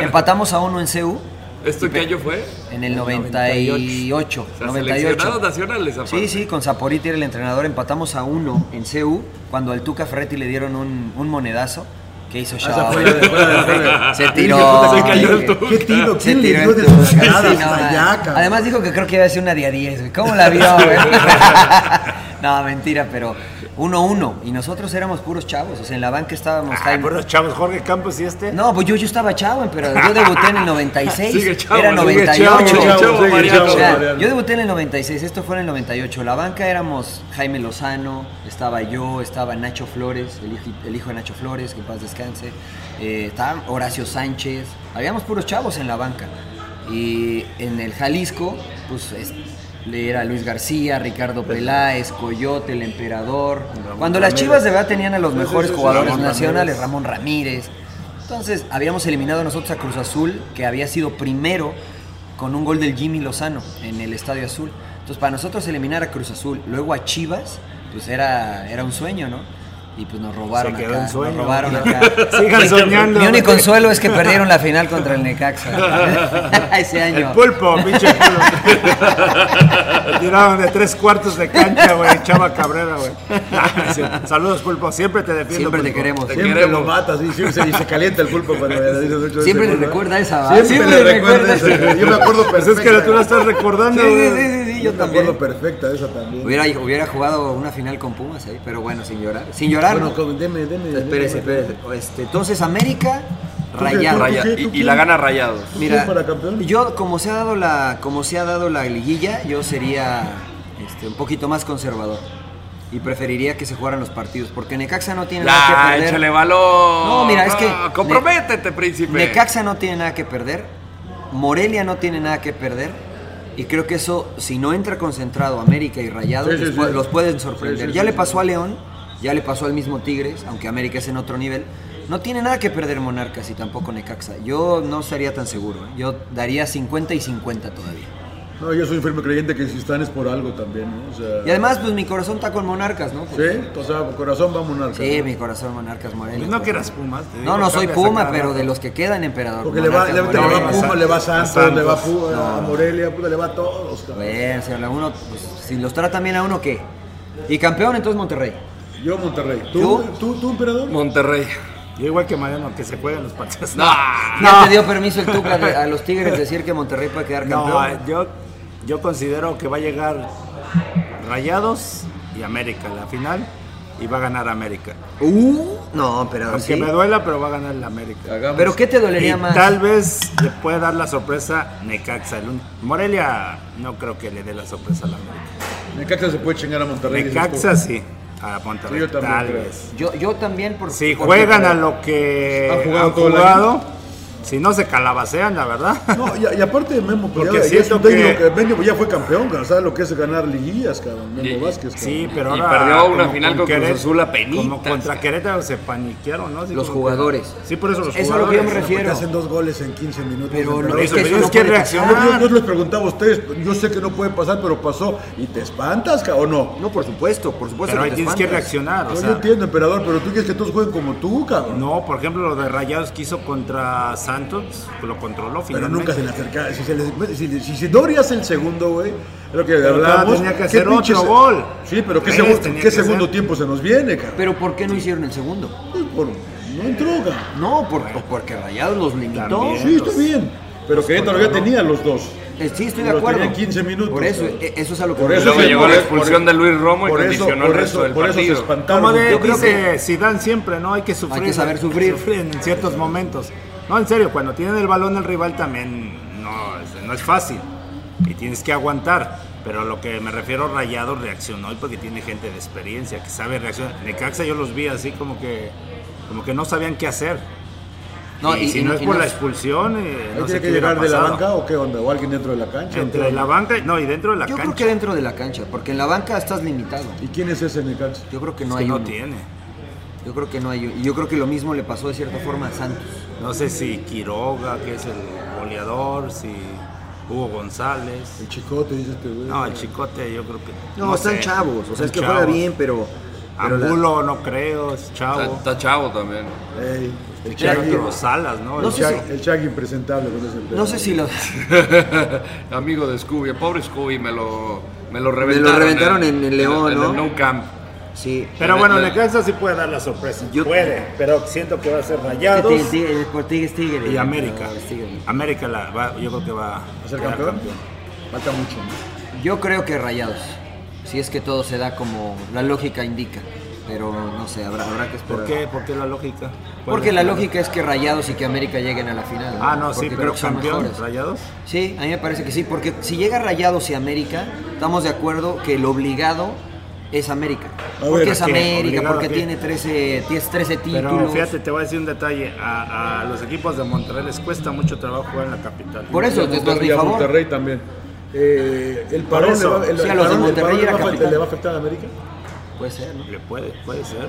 Empatamos a uno en CU ¿Esto qué año fue? en el 98. O sea, 98. seleccionados nacionales, aparte. Sí, sí, con Saporiti era el entrenador. Empatamos a uno en CU cuando al Tuca Ferretti le dieron un, un monedazo que hizo O sea, show. Ah, fue la de- fue la de- fue la de- Se Puta, tiró. se cayó el tubo. ¿Qué tiro? Se ¿Quién le tiró dio el desde tubo. la grada Sí, hasta no, allá, cabrón? Además dijo que creo que iba a ser una de a 10. güey. ¿Cómo la vio, güey? no, mentira, pero 1-1. Y nosotros éramos puros chavos. O sea, en la banca estábamos... Ah, Jaime- por los chavos, Jorge Campos y este. no, pues yo, yo estaba chavo, pero yo debuté en el 96. Sigue chavo, era sigue 98. chavo, sigue chavo, sigue Mariano. chavo, O sea, Mariano. yo debuté en el 96, esto fue en el 98. La banca éramos Jaime Lozano, estaba yo, estaba Nacho Flores, el hijo, el hijo de Nacho Flores, que en paz descanse. eh, estaba Horacio Sánchez. Habíamos puros chavos en la banca. Y en el Jalisco, pues es- le era Luis García, Ricardo Peláez, Coyote, el Emperador. Cuando las Ramírez. Chivas de verdad tenían a los Sí, sí, mejores sí, sí, jugadores Ramón nacionales, Ramírez. Ramón Ramírez. Entonces, habíamos eliminado nosotros a Cruz Azul, que había sido primero con un gol del Jimmy Lozano en el Estadio Azul. Entonces, para nosotros eliminar a Cruz Azul, luego a Chivas, pues era, era un sueño, ¿no? Y pues nos robaron Se quedó acá. en sueño. Nos robaron acá. Sigan soñando. Mi único consuelo es que perdieron la final contra el Necaxa ese año. El pulpo, pinche pulpo. Le Tiraron de tres cuartos de cancha, güey. Chava Cabrera, güey. Sí. Saludos, pulpo. Siempre te defiendo. Siempre te Pulpo. queremos. Te Siempre lo matas y, siempre se, y se calienta el pulpo cuando le dices ocho veces Siempre le pulpo. recuerda esa, ¿va? Ah, Siempre, Siempre le le recuerda recuerda esa. esa. Yo me acuerdo Pues es perfecta. que tú la estás recordando, Sí, güey. sí, sí, sí, yo, Yo me también. Me acuerdo acuerdo perfecta esa también. Hubiera, hubiera jugado una final con Pumas ahí, pero bueno, sin llorar. Sin llorar, Bueno, ¿no? con- deme, deme. Espérese, deme. espérese. Este, entonces, América, ¿Tú qué, tú Rayados. qué, tú Y, y qué? la gana rayados. Mira, para campeón? yo como se ha dado la como se ha dado la liguilla, yo sería este, un poquito más conservador y preferiría que se jugaran los partidos porque Necaxa no tiene nada La, que perder. Ah, échale valor. No, mira, es que Ah, comprométete, príncipe. Necaxa no tiene nada que perder, Morelia no tiene nada que perder y creo que eso si no entra concentrado América y Rayados Sí, sí, les pu- sí. los pueden sorprender. Sí, sí, ya sí, le sí. pasó a León, ya le pasó al mismo Tigres, aunque América es en otro nivel. No tiene nada que perder Monarcas y tampoco Necaxa. Yo no estaría tan seguro. ¿eh? Yo daría 50 y 50 todavía. No, yo soy un firme creyente que si están es por algo también, ¿no? O sea, Y además, pues mi corazón está con Monarcas, ¿no? Pues, Sí, o sea, corazón va a monarca. sí, ¿no? mi corazón Monarcas Morelia. Pues no que eras Pumas. te digo, No, no soy cambias a Puma, cada pero rato. de los que quedan, emperador. Porque le va, le, Monarcas te le va a Morelia. Puma, le va a Santos, Santos. le va a, Puma, a No. Morelia, puta, le va a todos, cabrón. Bueno, si, a uno, pues, si los tratan bien a uno, ¿qué? Y campeón, entonces Monterrey. Yo Monterrey. ¿Tú, ¿Yo? ¿Tú, tú, emperador? Monterrey. Ah. Yo igual que Mariano, que se jueguen los partidos. No. ¿Ya te dio permiso el Tuca de- a los Tigres decir que Monterrey puede quedar campeón? No, yo, yo considero que va a llegar Rayados y América a la final y va a ganar América. Uh, no, emperador, Aunque sí. eh. me duela, pero va a ganar la América. ¿Pero qué te dolería Y más? Tal vez le puede dar la sorpresa Necaxa. El un- Morelia no creo que le dé la sorpresa a la América. Necaxa se puede chingar a Monterrey. dices tú. Necaxa sí, a Monterrey. Yo también tal creo. vez. Yo, yo también por Si porque- juegan a lo que Han han jugado jugado, todo el año. sí Si no se calabacean, la verdad. No, y, y aparte de Memo, pues Porque ya, ya es un siento técnico que- que... Memo ya fue campeón, cabrón, ¿sabes lo que es ganar liguillas, cabrón? Memo Vázquez, cabrón. Sí, pero ahora. como Queréc- Como contra Querétaro se paniquearon, ¿no? Así Los como que- jugadores. Sí, por eso los Eso es lo jugadores. que yo me refiero. Hacen dos goles en 15 minutos. Pero En lo- verdad. es que eso no puede Yo, pasar. yo- yo les preguntaba a ustedes, yo sé que no puede pasar, pero pasó. ¿Y te espantas, ca- o no? No, por supuesto, por supuesto. Pero ahí tienes que reaccionar. O Yo, sea, yo entiendo, emperador, pero tú quieres que todos jueguen como tú, cabrón. No, por ejemplo, lo de Rayados que hizo contra Santos, lo controló Pero finalmente. nunca se le acercaba. Si, se les- si, si, si Doria hace el segundo, güey, es lo que hablábamos. tenía que ¿qué hacer pinche otro se- gol. Sí, pero ¿qué, Tres segun- tenía qué que segundo hacer. tiempo se nos viene, cabrón? Pero ¿por qué no hicieron el segundo? Pues por- no entró, cabrón. No, por- porque Rayados los limitó. Sí, está bien. Pero Querétaro ya tenía los dos. Eh, Sí, estoy de Pero acuerdo. tenía 15 minutos. Por eso, cabrón. eh, eso es a lo que Por me eso refiero. se llegó la por- e- expulsión por- de Luis Romo y por eso- condicionó el por resto eso- del Por eso partido. se espantaron. Como de, Yo creo que- dice Zidane siempre, ¿no? Hay que sufrir. Hay que saber sufrir. en ciertos momentos. No, en serio, cuando tienen el balón el rival también no, es- no es fácil. Y tienes que aguantar. Pero a lo que me refiero, Rayado reaccionó y porque tiene gente de experiencia que sabe reaccionar. Necaxa yo los vi así como que, como que no sabían qué hacer. No, y, y- si y no no- es y por no- la expulsión, eh, ¿Ahí no sé tiene qué que hubiera llegar de la pasado. banca o qué onda? ¿O alguien dentro de la cancha? Entre la banca, no, y dentro de la Yo creo cancha. que dentro de la cancha, porque en la banca estás limitado. ¿Y quién es ese Necaxa? Yo creo que Es no que hay no uno. tiene. Yo creo que no hay uno. Y yo creo que lo mismo le pasó de cierta forma a Santos. No sé si Quiroga, que es el goleador, si Hugo González. El chicote, dice este güey. No, el chicote yo creo que... No, están sé. chavos. O sea, es que Están juega chavos. bien, pero. pero la- Angulo no creo, es chavo. Está, está chavo también. Ey, el Ya Chagui. otro Salas, ¿no? El No sé si- Chagui- El Chagui impresentable con ese No sé si lo. Amigo de Scooby, el pobre Scooby me lo, me lo lo reventaron. reventaron en el León, en el ¿no? Nou Camp. Sí. Pero bueno, Me- Necaxa sí puede dar la sorpresa. Yo- puede, pero siento que va a ser Rayados Tigres, Tigres, Tigres, Tigres. y América. Tigres, Tigres. América la va- yo creo que va a ser quedar campeón? Falta mucho. Yo creo que rayados. Si es que todo se da como la lógica indica. Pero no sé, habrá, habrá que esperar. ¿Por qué? ¿Por qué la lógica? ¿Cuál Porque es la lógica es que Rayados y que América lleguen a la final. Ah, no, sí, Porque pero creo que son campeón, mejores. Rayados. Sí, a mí me parece que sí, porque si llega Rayados y América, estamos de acuerdo que el obligado es América. A ver, porque es ¿a qué? América, ¿Obligado a porque qué? tiene 13, tienes 13 Pero títulos. fíjate, te voy a decir un detalle. A, a los equipos de Monterrey les cuesta mucho trabajo jugar en la capital. Por eso, Y a te estás mi Monterrey, y a favor. Monterrey también. Eh, el parón, eso. le va, el, Sí, a el los de parón- el Monterrey parón era le, va a afectar- capital. le va a afectar a América. Puede ser, ¿no? Le puede, puede ser.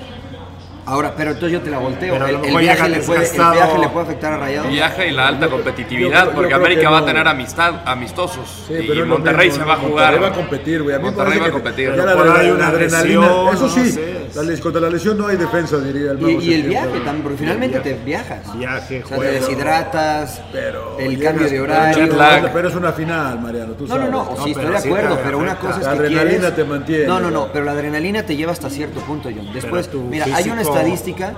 Ahora, pero entonces yo te la volteo. Pero a lo El, el mejor llega viaje le puede, el desgastado. viaje le puede afectar a Rayados. Viaje y la alta competitividad, yo creo- yo porque creo América que va a no. tener amistad, amistosos. Sí, y pero es lo Monterrey mismo, se va a ¿no? jugar. Monterrey va a competir, güey. A mí me Monterrey parece va a que competir. ya Pero la, por ahí adre- una adrenalina. lesión, eso no sí, sé. la les- contra la lesión no hay defensa, diría el Y, mago y el Septién, viaje pero- también, porque finalmente te viajas. Viaje, o sea, te juego. deshidratas, Pero el llegas- cambio de horario. Jet lag. Pero es una final, Mariano, tú No, no, sabes. no, o sí, pero estoy de sí te acuerdo, pero una afecta. cosa es La que adrenalina quieres- te mantiene, No, no, no, güey. pero la adrenalina te lleva hasta cierto punto, John. Después, tu mira, hay una físico- estadística,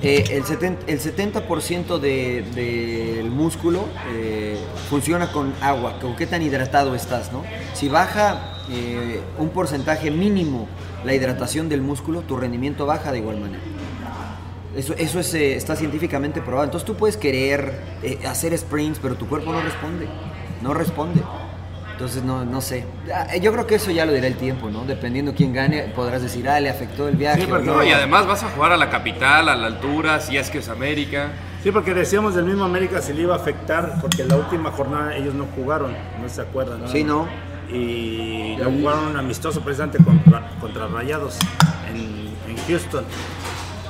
eh, el, 70, el 70% de- del músculo eh, funciona con agua, con qué tan hidratado estás, ¿no? Si baja eh, un porcentaje mínimo la hidratación del músculo, tu rendimiento baja de igual manera. Eso, eso es, eh, está científicamente probado. Entonces tú puedes querer eh, hacer sprints, pero tu cuerpo no responde. No responde. Entonces no, no sé. Ah, Yo creo que eso ya lo dirá el tiempo, ¿no? Dependiendo quién gane, podrás decir, ah, le afectó el viaje. Sí, o porque no. No, y además vas a jugar a la capital, a la altura, si es que es América. Sí, porque decíamos del mismo América si le iba a afectar, porque la última jornada ellos no jugaron, no se acuerdan. Sí, ¿no? Y lo jugaron un amistoso precisamente contra, contra Rayados en, en Houston.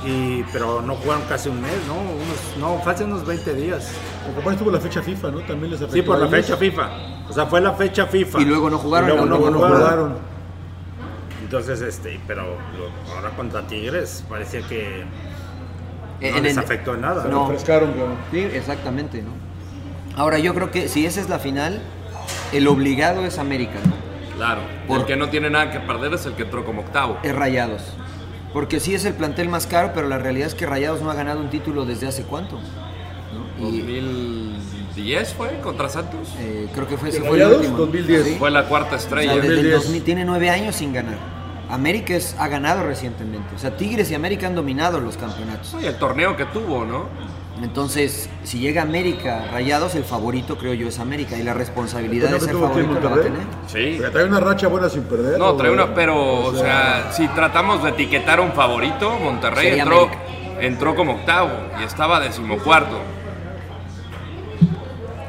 Y, pero no jugaron casi un mes, ¿no? Unos, no, fácil unos 20 días. O capaz estuvo la fecha FIFA, ¿no? También les afectó. Sí, por a la ellos. fecha FIFA. O sea, fue la fecha FIFA. Y luego no jugaron, Y luego la no No última jugaron. jornada. jugaron. Entonces, este, pero lo- ahora contra Tigres parecía que no Eh, En- en les el- afectó en nada. No. Refrescaron, cabrón. Sí, exactamente, ¿no? Ahora yo creo que si esa es la final, el obligado es América, ¿no? Claro. Porque no tiene nada que perder, es el que entró como octavo. Es Rayados. Porque sí es el plantel más caro, pero la realidad es que Rayados no ha ganado un título desde hace cuánto. ¿no? Y- ¿2010 fue contra Santos? Eh, creo que fue, sí, ¿En fue el Rayados? último. 2010. Sí. Fue la cuarta O sea, estrella. desde el 2010. 2000 tiene nueve años sin ganar. América es- ha ganado recientemente. O sea, Tigres y América han dominado los campeonatos. Y el torneo que tuvo, ¿no? Entonces, si llega América Rayados, el favorito creo yo es América. Y la responsabilidad Pues de ¿No que ser tuvo aquí en favorito la va a Monterrey? tener. Sí. Porque trae una racha buena sin perder. No, güey. trae una, pero, o sea, si tratamos de etiquetar a un favorito, Monterrey Sería entró, América. entró como octavo y estaba decimocuarto.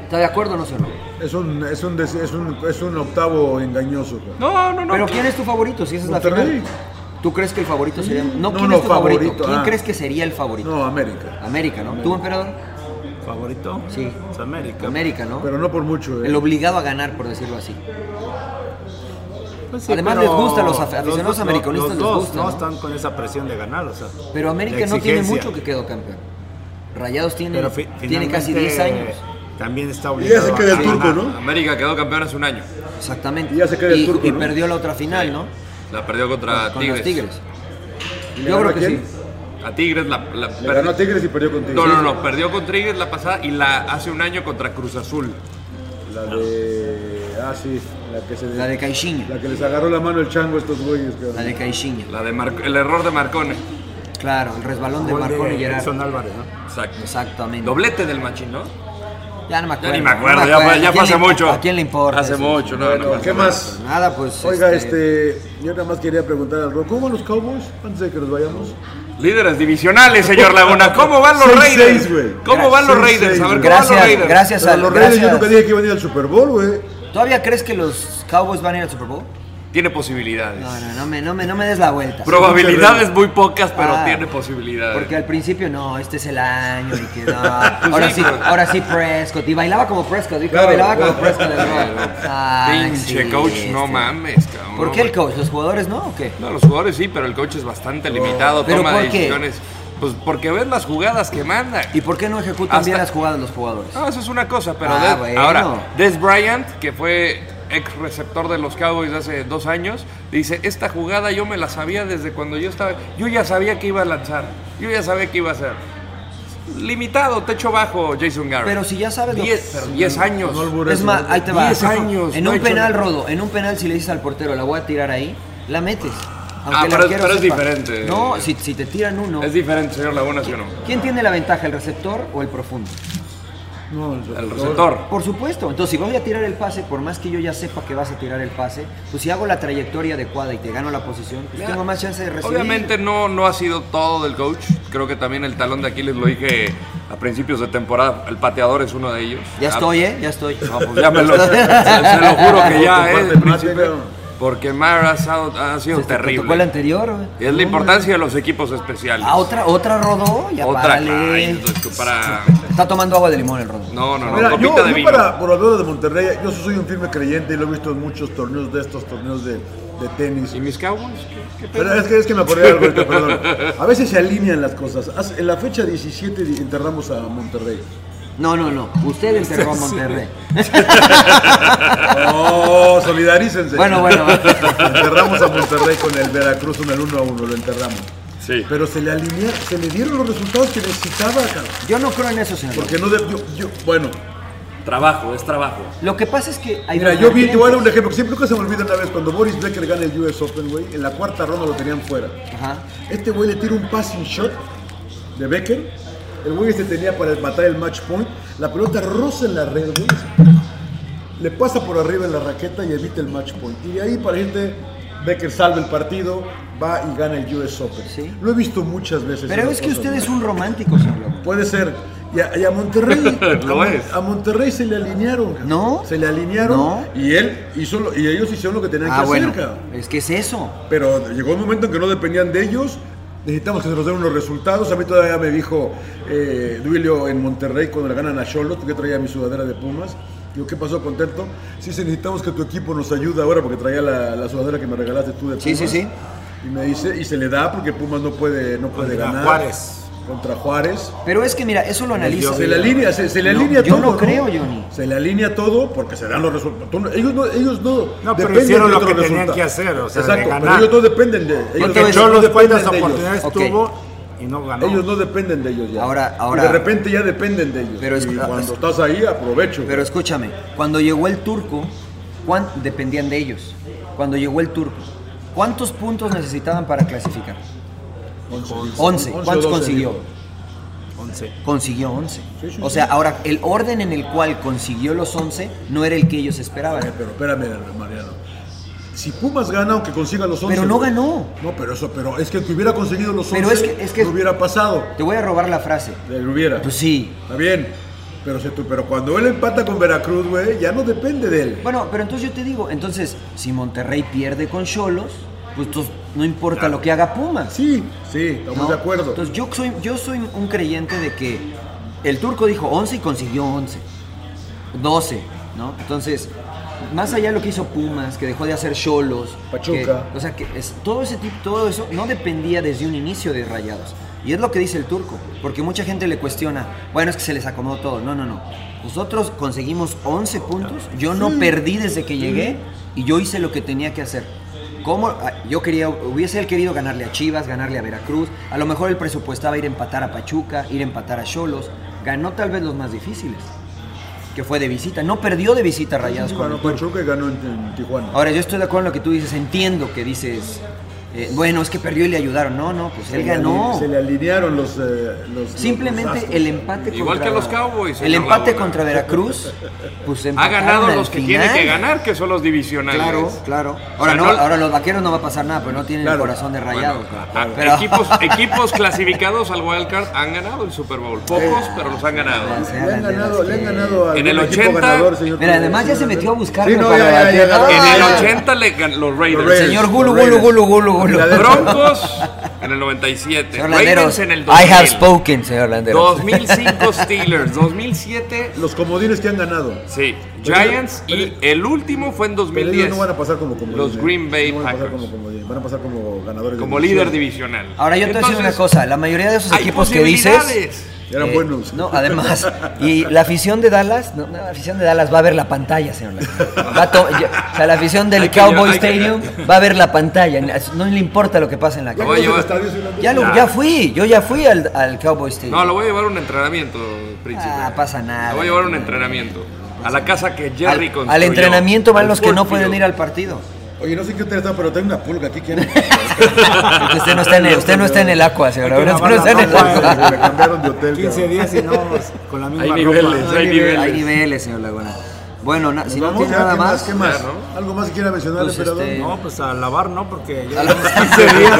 ¿Está de acuerdo o no, señor? Es un, es un, des- es un, es un octavo engañoso. pues. cabrón. No, no, no. Pero ¿quién es tu favorito si esa es la Monterrey. final? ¿Tú crees que el favorito sería.? No, No, ¿quién no, es tu favorito? favorito, ¿Quién ah. crees que sería el favorito? No, América. América, ¿no? ¿Tú, emperador? ¿Favorito? Sí. Es América. América, ¿no? Pero no por mucho. eh. El obligado a ganar, por decirlo así. Pues sí, Además, pero les gusta a los afe- los aficionados dos- americanistas, los les dos gusta, No, ¿no? están con esa presión de ganar, o sea. Pero América la no tiene exigencia. mucho que quedó campeón. Rayados tiene, Pero fi- tiene finalmente, casi 10 años. También está obligado obligado. a ganar. América quedó campeón hace un año. Exactamente. Y ya se queda el Y- turco, y ¿no? perdió la otra final, ¿no? La perdió contra Con Ah, Tigres. los Tigres. ¿Le Yo ganó creo a que quién? sí. A Tigres la, la Le ganó a Tigres y perdió con Tigres. No, no, no, perdió con Tigres la pasada y la hace un año contra Cruz Azul. La de. Ah, sí. La que se. La de Caixinha. La que les agarró la mano el chango a estos güeyes. cabrón. La de Caixinha. La de Mar- el error de Marcone. Claro, el resbalón de Gol de Marconi y Gerard. Edson Álvarez, ¿no? Exacto. Exactamente. Doblete del machín, ¿no? Ya no me acuerdo. Ya ni me acuerdo, ya fue- ya ¿A quién fue hace le impo- mucho. ¿A quién le importa? Hace eso? mucho, no, no Bueno, pasa ¿qué nada. más? Nada, pues. Oiga, este... Yo nada más quería preguntar al Rock. ¿Cómo van los Cowboys? Antes de que nos vayamos. Líderes divisionales, señor Laguna. ¿Cómo van los 6-6, Raiders? güey. ¿Cómo van los 6-6, Raiders? A ver, güey. ¿cómo van los Raiders? gracias Pero al- Los Raiders yo gracias. nunca dije que iban a ir al Super Bowl, güey. este- ¿Todavía crees que los Cowboys van a ir al Super Bowl? Tiene posibilidades. No, no, no me, no me, no me des la vuelta. Probabilidades muy pocas, pero Ah, tiene posibilidades. Porque al principio, no, este es el año y que no. Ahora sí, sí, pero- ahora sí Prescott. Y bailaba como Prescott. Y Claro, bailaba como claro. Prescott. el rock. Ay, Ah, Pinche sí, coach, no este. mames, cabrón. ¿Por qué el coach? ¿Los jugadores no o qué? No, los jugadores sí, pero el coach es bastante limitado, ¿Pero toma por qué? decisiones. Pues porque ves las jugadas que manda. ¿Y por qué no ejecutan Hasta- bien las jugadas los jugadores? No, eso es una cosa, pero Ah, Des- bueno. ahora, Des Bryant, que fue ex receptor de los Cowboys hace dos años, dice, esta jugada yo me la sabía desde cuando yo estaba, yo ya sabía que iba a lanzar, yo ya sabía que iba a hacer. Limitado, techo bajo, Jason Garrett. Pero si ya sabes lo Diez- pero- 10 años. Es más, ahí te va. 10 años. En no un ha hecho penal, nada. Rodo, en un penal si le dices al portero, la voy a tirar ahí, la metes. Aunque el Ah, pero es- arquero pero es sepa. diferente. No, si, si te tiran uno. Es diferente, señor Laguna, ¿sí o no? ¿Quién tiene la ventaja, el receptor o el profundo? No, El receptor. Por supuesto. Entonces, si voy a tirar el pase, por más que yo ya sepa que vas a tirar el pase, pues si hago la trayectoria adecuada y te gano la posición, pues Ya. tengo más chance de recibir. Obviamente no, no ha sido todo del coach. Creo que también el talón de Aquiles lo dije a principios de temporada. El pateador es uno de ellos. Ya Ah, estoy, ¿eh? Ya estoy. No, pues ya me lo, se, se lo juro que ya, ¿eh? príncipe? Porque Mara ha sido, ha sido ¿Te tocó el terrible. anterior? güey? Y es la importancia de los equipos especiales. Ah, otra, otra rodó. Ya Otra. párale. ay, es que para... Está tomando agua de limón el rodo. No, no, no. Mira, yo, copita de yo vino. para por hablar de Monterrey, yo soy un firme creyente y lo he visto en muchos torneos de estos torneos de, de tenis. ¿Y mis Cowboys? Pero es que, es que me acordé de algo, ahorita, perdón. A veces se alinean las cosas. Haz- En la fecha 17 di- enterramos a Monterrey. No, no, no. Usted enterró a Monterrey. oh, solidarícense. Bueno, bueno. Enterramos a Monterrey con el Veracruz en el 1 a 1, lo enterramos. Sí. Pero se le alinea, se le dieron los resultados que necesitaba, cabrón. Yo no creo en eso, señor. Porque no de- yo, yo- bueno, Trabajo, es trabajo. Lo que pasa es que hay Mira, dos yo vi, te voy a dar vertientes. un ejemplo, que siempre nunca se me olvida una vez, cuando Boris Becker gana el US Open, güey, en la cuarta ronda lo tenían fuera. Este güey le tira un passing shot de Becker, el güey este tenía para matar el match point, la pelota roza en la red, güey, le pasa por arriba en la raqueta y evita el match point. Y de ahí para gente, Becker salva el partido, va y gana el US Open. Lo he visto muchas veces. Pero esas es que cosas, usted güey. es un romántico, señor. Laguna. Puede ser. Y a, y a Monterrey. Lo a, Mon- es. a Monterrey se le alinearon. cabrón. Se le alinearon. No. Y él hizo lo- y ellos hicieron lo que tenían Ah, que bueno. hacer, cabrón. Es que es eso. Pero llegó un momento en que no dependían de ellos. Necesitamos que se nos den unos resultados. A mí todavía me dijo eh, Duilio en Monterrey cuando le ganan a Charlotte, que traía mi sudadera de Pumas. Digo, ¿qué pasó, contento? Sí, sí, necesitamos que tu equipo nos ayude ahora porque traía la, la sudadera que me regalaste tú de Pumas. Sí, sí, sí. Y me dice, y se le da porque Pumas no puede, no puede Contra ganar. Juárez. Contra Juárez. Pero es que mira, eso lo analiza. Se le alinea, se, se le No, alinea yo todo. no creo, Johnny. Se le alinea todo porque se dan los resultados. Tú no- Ellos no, ellos no, No, pero dependen hicieron de lo otros que tenían resultados. que hacer, o sea, de Exacto, ganar. pero ellos no dependen de ellos. Porque no Cholos cuántas dependen de ellos. oportunidades Ok. tuvo y no ganó. Ellos no dependen de ellos ya. Ahora- Y ahora- de repente ya dependen de ellos. Pero es- y cuando estás ahí, aprovecho. Pero escúchame, cuando llegó el turco, ¿cuán- dependían de ellos. Cuando llegó el turco, ¿cuántos puntos necesitaban para clasificar? 11. ¿Cuántos consiguió? 11. Consiguió 11. Sí, sí, O sí. sea, ahora el orden en el cual consiguió los 11 no era el que ellos esperaban. Pero espérame, Mariano. Si Pumas gana, aunque consiga los 11. Pero no ganó. No, pero eso, pero es que el que hubiera conseguido los 11 Pero es que- es que- no hubiera pasado. Te voy a robar la frase. Le hubiera. Pues sí. Está bien. Pero, se tu- pero cuando él empata con Veracruz, güey, ya no depende de él. Bueno, pero entonces yo te digo, entonces, si Monterrey pierde con Cholos, pues entonces, no importa lo que haga Pumas. Sí, sí, estamos de acuerdo. Entonces yo soy, yo soy un creyente de que el turco dijo 11 y consiguió 11. 12, ¿no? Entonces, más allá de lo que hizo Pumas, que dejó de hacer Cholos, Pachuca. que- o sea, que es- todo ese tipo, todo eso no dependía desde un inicio de Rayados. Y es lo que dice el turco, porque mucha gente le cuestiona, bueno, es que se les acomodó todo. No, no, no. Nosotros conseguimos 11 puntos, yo no Sí. perdí desde que Sí. llegué y yo hice lo que tenía que hacer. ¿Cómo? Ah, Yo quería, hubiese él querido ganarle a Chivas, ganarle a Veracruz, a lo mejor el presupuestaba ir a empatar a Pachuca, ir a empatar a Cholos. Ganó tal vez los más difíciles, que fue de visita. No perdió de visita Rayados Sí, con Ah, ganó el Turco. Pachuca y ganó en, en Tijuana. Ahora, yo estoy de acuerdo en lo que tú dices, entiendo que dices, eh, bueno, es que perdió y le ayudaron. No, no, pues Se él le ganó. aline- Se le alinearon los. eh, los- los Simplemente astros. el empate Igual contra- que los Cowboys, El señor empate Laguna. contra Veracruz, pues Ha empataron ganado al los que final. tiene que ganar, que son los divisionales. Claro, claro. Ahora, O sea, no, no- ahora los vaqueros no va a pasar nada, pero no tienen Claro. el corazón de rayados. Bueno, claro. a- Pero- equipos, equipos clasificados al Wild Card han ganado el Super Bowl. Pocos, pero los han ganado. Le han ganado, le han ganado al En el equipo 80. ganador, señor. Mira, además ya se metió a buscar. Sí, no, ya, ya, Ah, ya, ya, ya, ya, En el ya. 80 le gan- los Raiders. Raiders. Señor Gulu, Los Raiders. Gulu, Gulu, Gulu. Broncos en el 97. Señor Ravens Landeros, en el 2000. I have spoken, señor Landeros. 2005 Steelers, 2007 Los comodines que han ganado. sí, Giants y el último fue en Pero ellos 2010. no van a pasar como comodines. Los Green Bay no van a pasar Packers. como comodines, van a pasar como ganadores. de como división. líder divisional. Ahora yo te voy a decir una cosa, la mayoría de esos hay equipos que dices eh, posibilidades. Eran buenos. No, además, y la afición de Dallas, no, no, la afición de Dallas va a ver la pantalla, señor. Landeros. Va a to- yo- o sea, la afición del Hay que Cowboy llorar, hay que Stadium va a ver la pantalla, no le importa lo que pase en la Oye, calle. oye. Ya, lo- ya fui, yo ya fui al, al Cowboy Stadium. No, lo voy a llevar a un entrenamiento, príncipe. Ah, pasa nada. Lo voy a llevar a un entrenamiento. A la casa que Jerry Al- construyó. al entrenamiento van los que no Fulfield. pueden ir al partido. Oye, no sé qué ustedes están, pero tengo una pulga aquí que Porque usted no está en el, usted no está en el Aqua, señor. Hay que Usted no está en el lavar la mano, Aqua. me cambiaron de hotel. 15 días y no, con la misma Hay niveles, ropa. hay niveles. Hay niveles, señor Laguna. Bueno, na- si no vamos? tiene Ya, nada ¿qué más? más. ¿Qué más? ¿Algo más que quiera mencionar, Pues, emperador? este- No, pues a lavar no, porque ya A llevamos lavar. 15 días.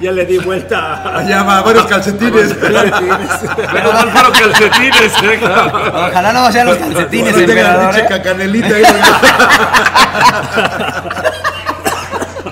ya le di vuelta. ah, Allá Ah, va, varios calcetines. Menos mal fueron calcetines. eh, cabrón. ah, Ojalá no sean los calcetines, Ahora tengan la emperador. pinche ¿eh? cacanelita ahí.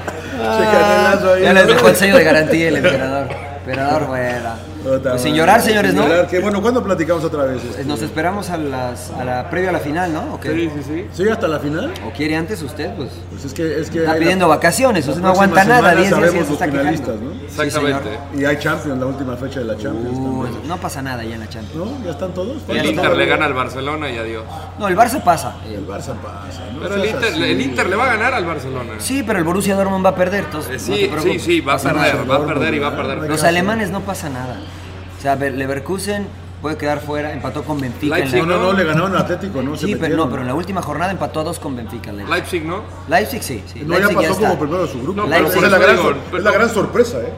canelazo ahí, Ya ¿no? les dejó el sello de garantía el emperador. Emperador, bueno. Pues sin llorar, señores, ¿no? Pues, Sin llorar, que bueno, ¿cuándo platicamos otra vez? este? Nos esperamos a las, a la previa a la final, ¿no? ¿O qué? Sí, sí, sí. ¿Sí, hasta la final? ¿O quiere antes usted? Pues. Pues es que, es que Está hay pidiendo la- vacaciones, la usted no próxima aguanta nada, semana 10 días y sabemos se está los finalistas, quejando. ¿no? Exactamente. pues. Y hay Champions, la última fecha de la Champions. Uy, también. no pasa nada ya en la Champions. ¿No? ¿Ya están todos? El ¿Cuántos Inter le todavía? gana al Barcelona y adiós. No, el Barça pasa. El Barça pasa. ¿no? Pero el seas Inter, Pues así. el Inter le va a ganar al Barcelona. Sí, pero el Borussia Dortmund va a perder. entonces, Eh, no te Sí, sí, preocupes. sí, va a Pasa nada. perder, va a perder y va a perder. Los alemanes no pasa nada. O sea, Ber- Leverkusen puede quedar fuera, empató con Benfica. en la- Leipzig, No, no, no, le ganaron al Atlético, ¿no? Sí, Se pero metieron. no, pero en la última jornada empató a dos con Benfica. Leipzig, Leipzig, ¿no? Leipzig sí, sí. No, ya Leipzig pasó está. como primero de su grupo. No, pero Leipzig. esa es, la gran, sor- Pero- pues es la gran sorpresa, ¿eh?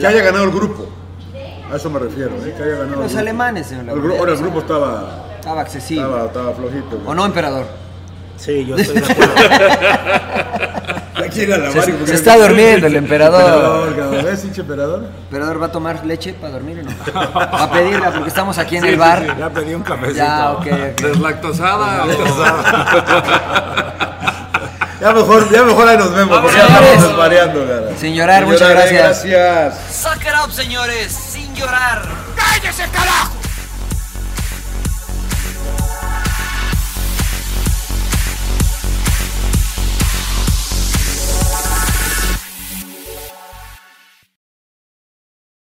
Que haya ganado el grupo. A eso me refiero, ¿eh? Que haya ganado Los el grupo. alemanes, señor El Laguna, gru- ahora el o sea, grupo estaba, Estaba accesible. estaba, estaba flojito. güey. ¿O no, emperador? Sí, yo estoy de acuerdo. Ya quiere ir a lavar, Se- hijo, se que- está durmiendo el emperador. Emperador, cabrón. ¿Ves, hinche emperador? ¿Emperador va a tomar leche para dormir o no? Va a pedirla porque estamos aquí en Sí, el sí, bar. sí, Ya pedí un cafecito. Ya, ok, ok. Deslactosada. Ya mejor, ya mejor ahí nos vemos, porque ya Señores. estamos desvariando, cara. Sin llorar, Sin muchas llorar, eh, gracias. Gracias. Suck it up, señores, sin llorar. ¡Cállese, carajo!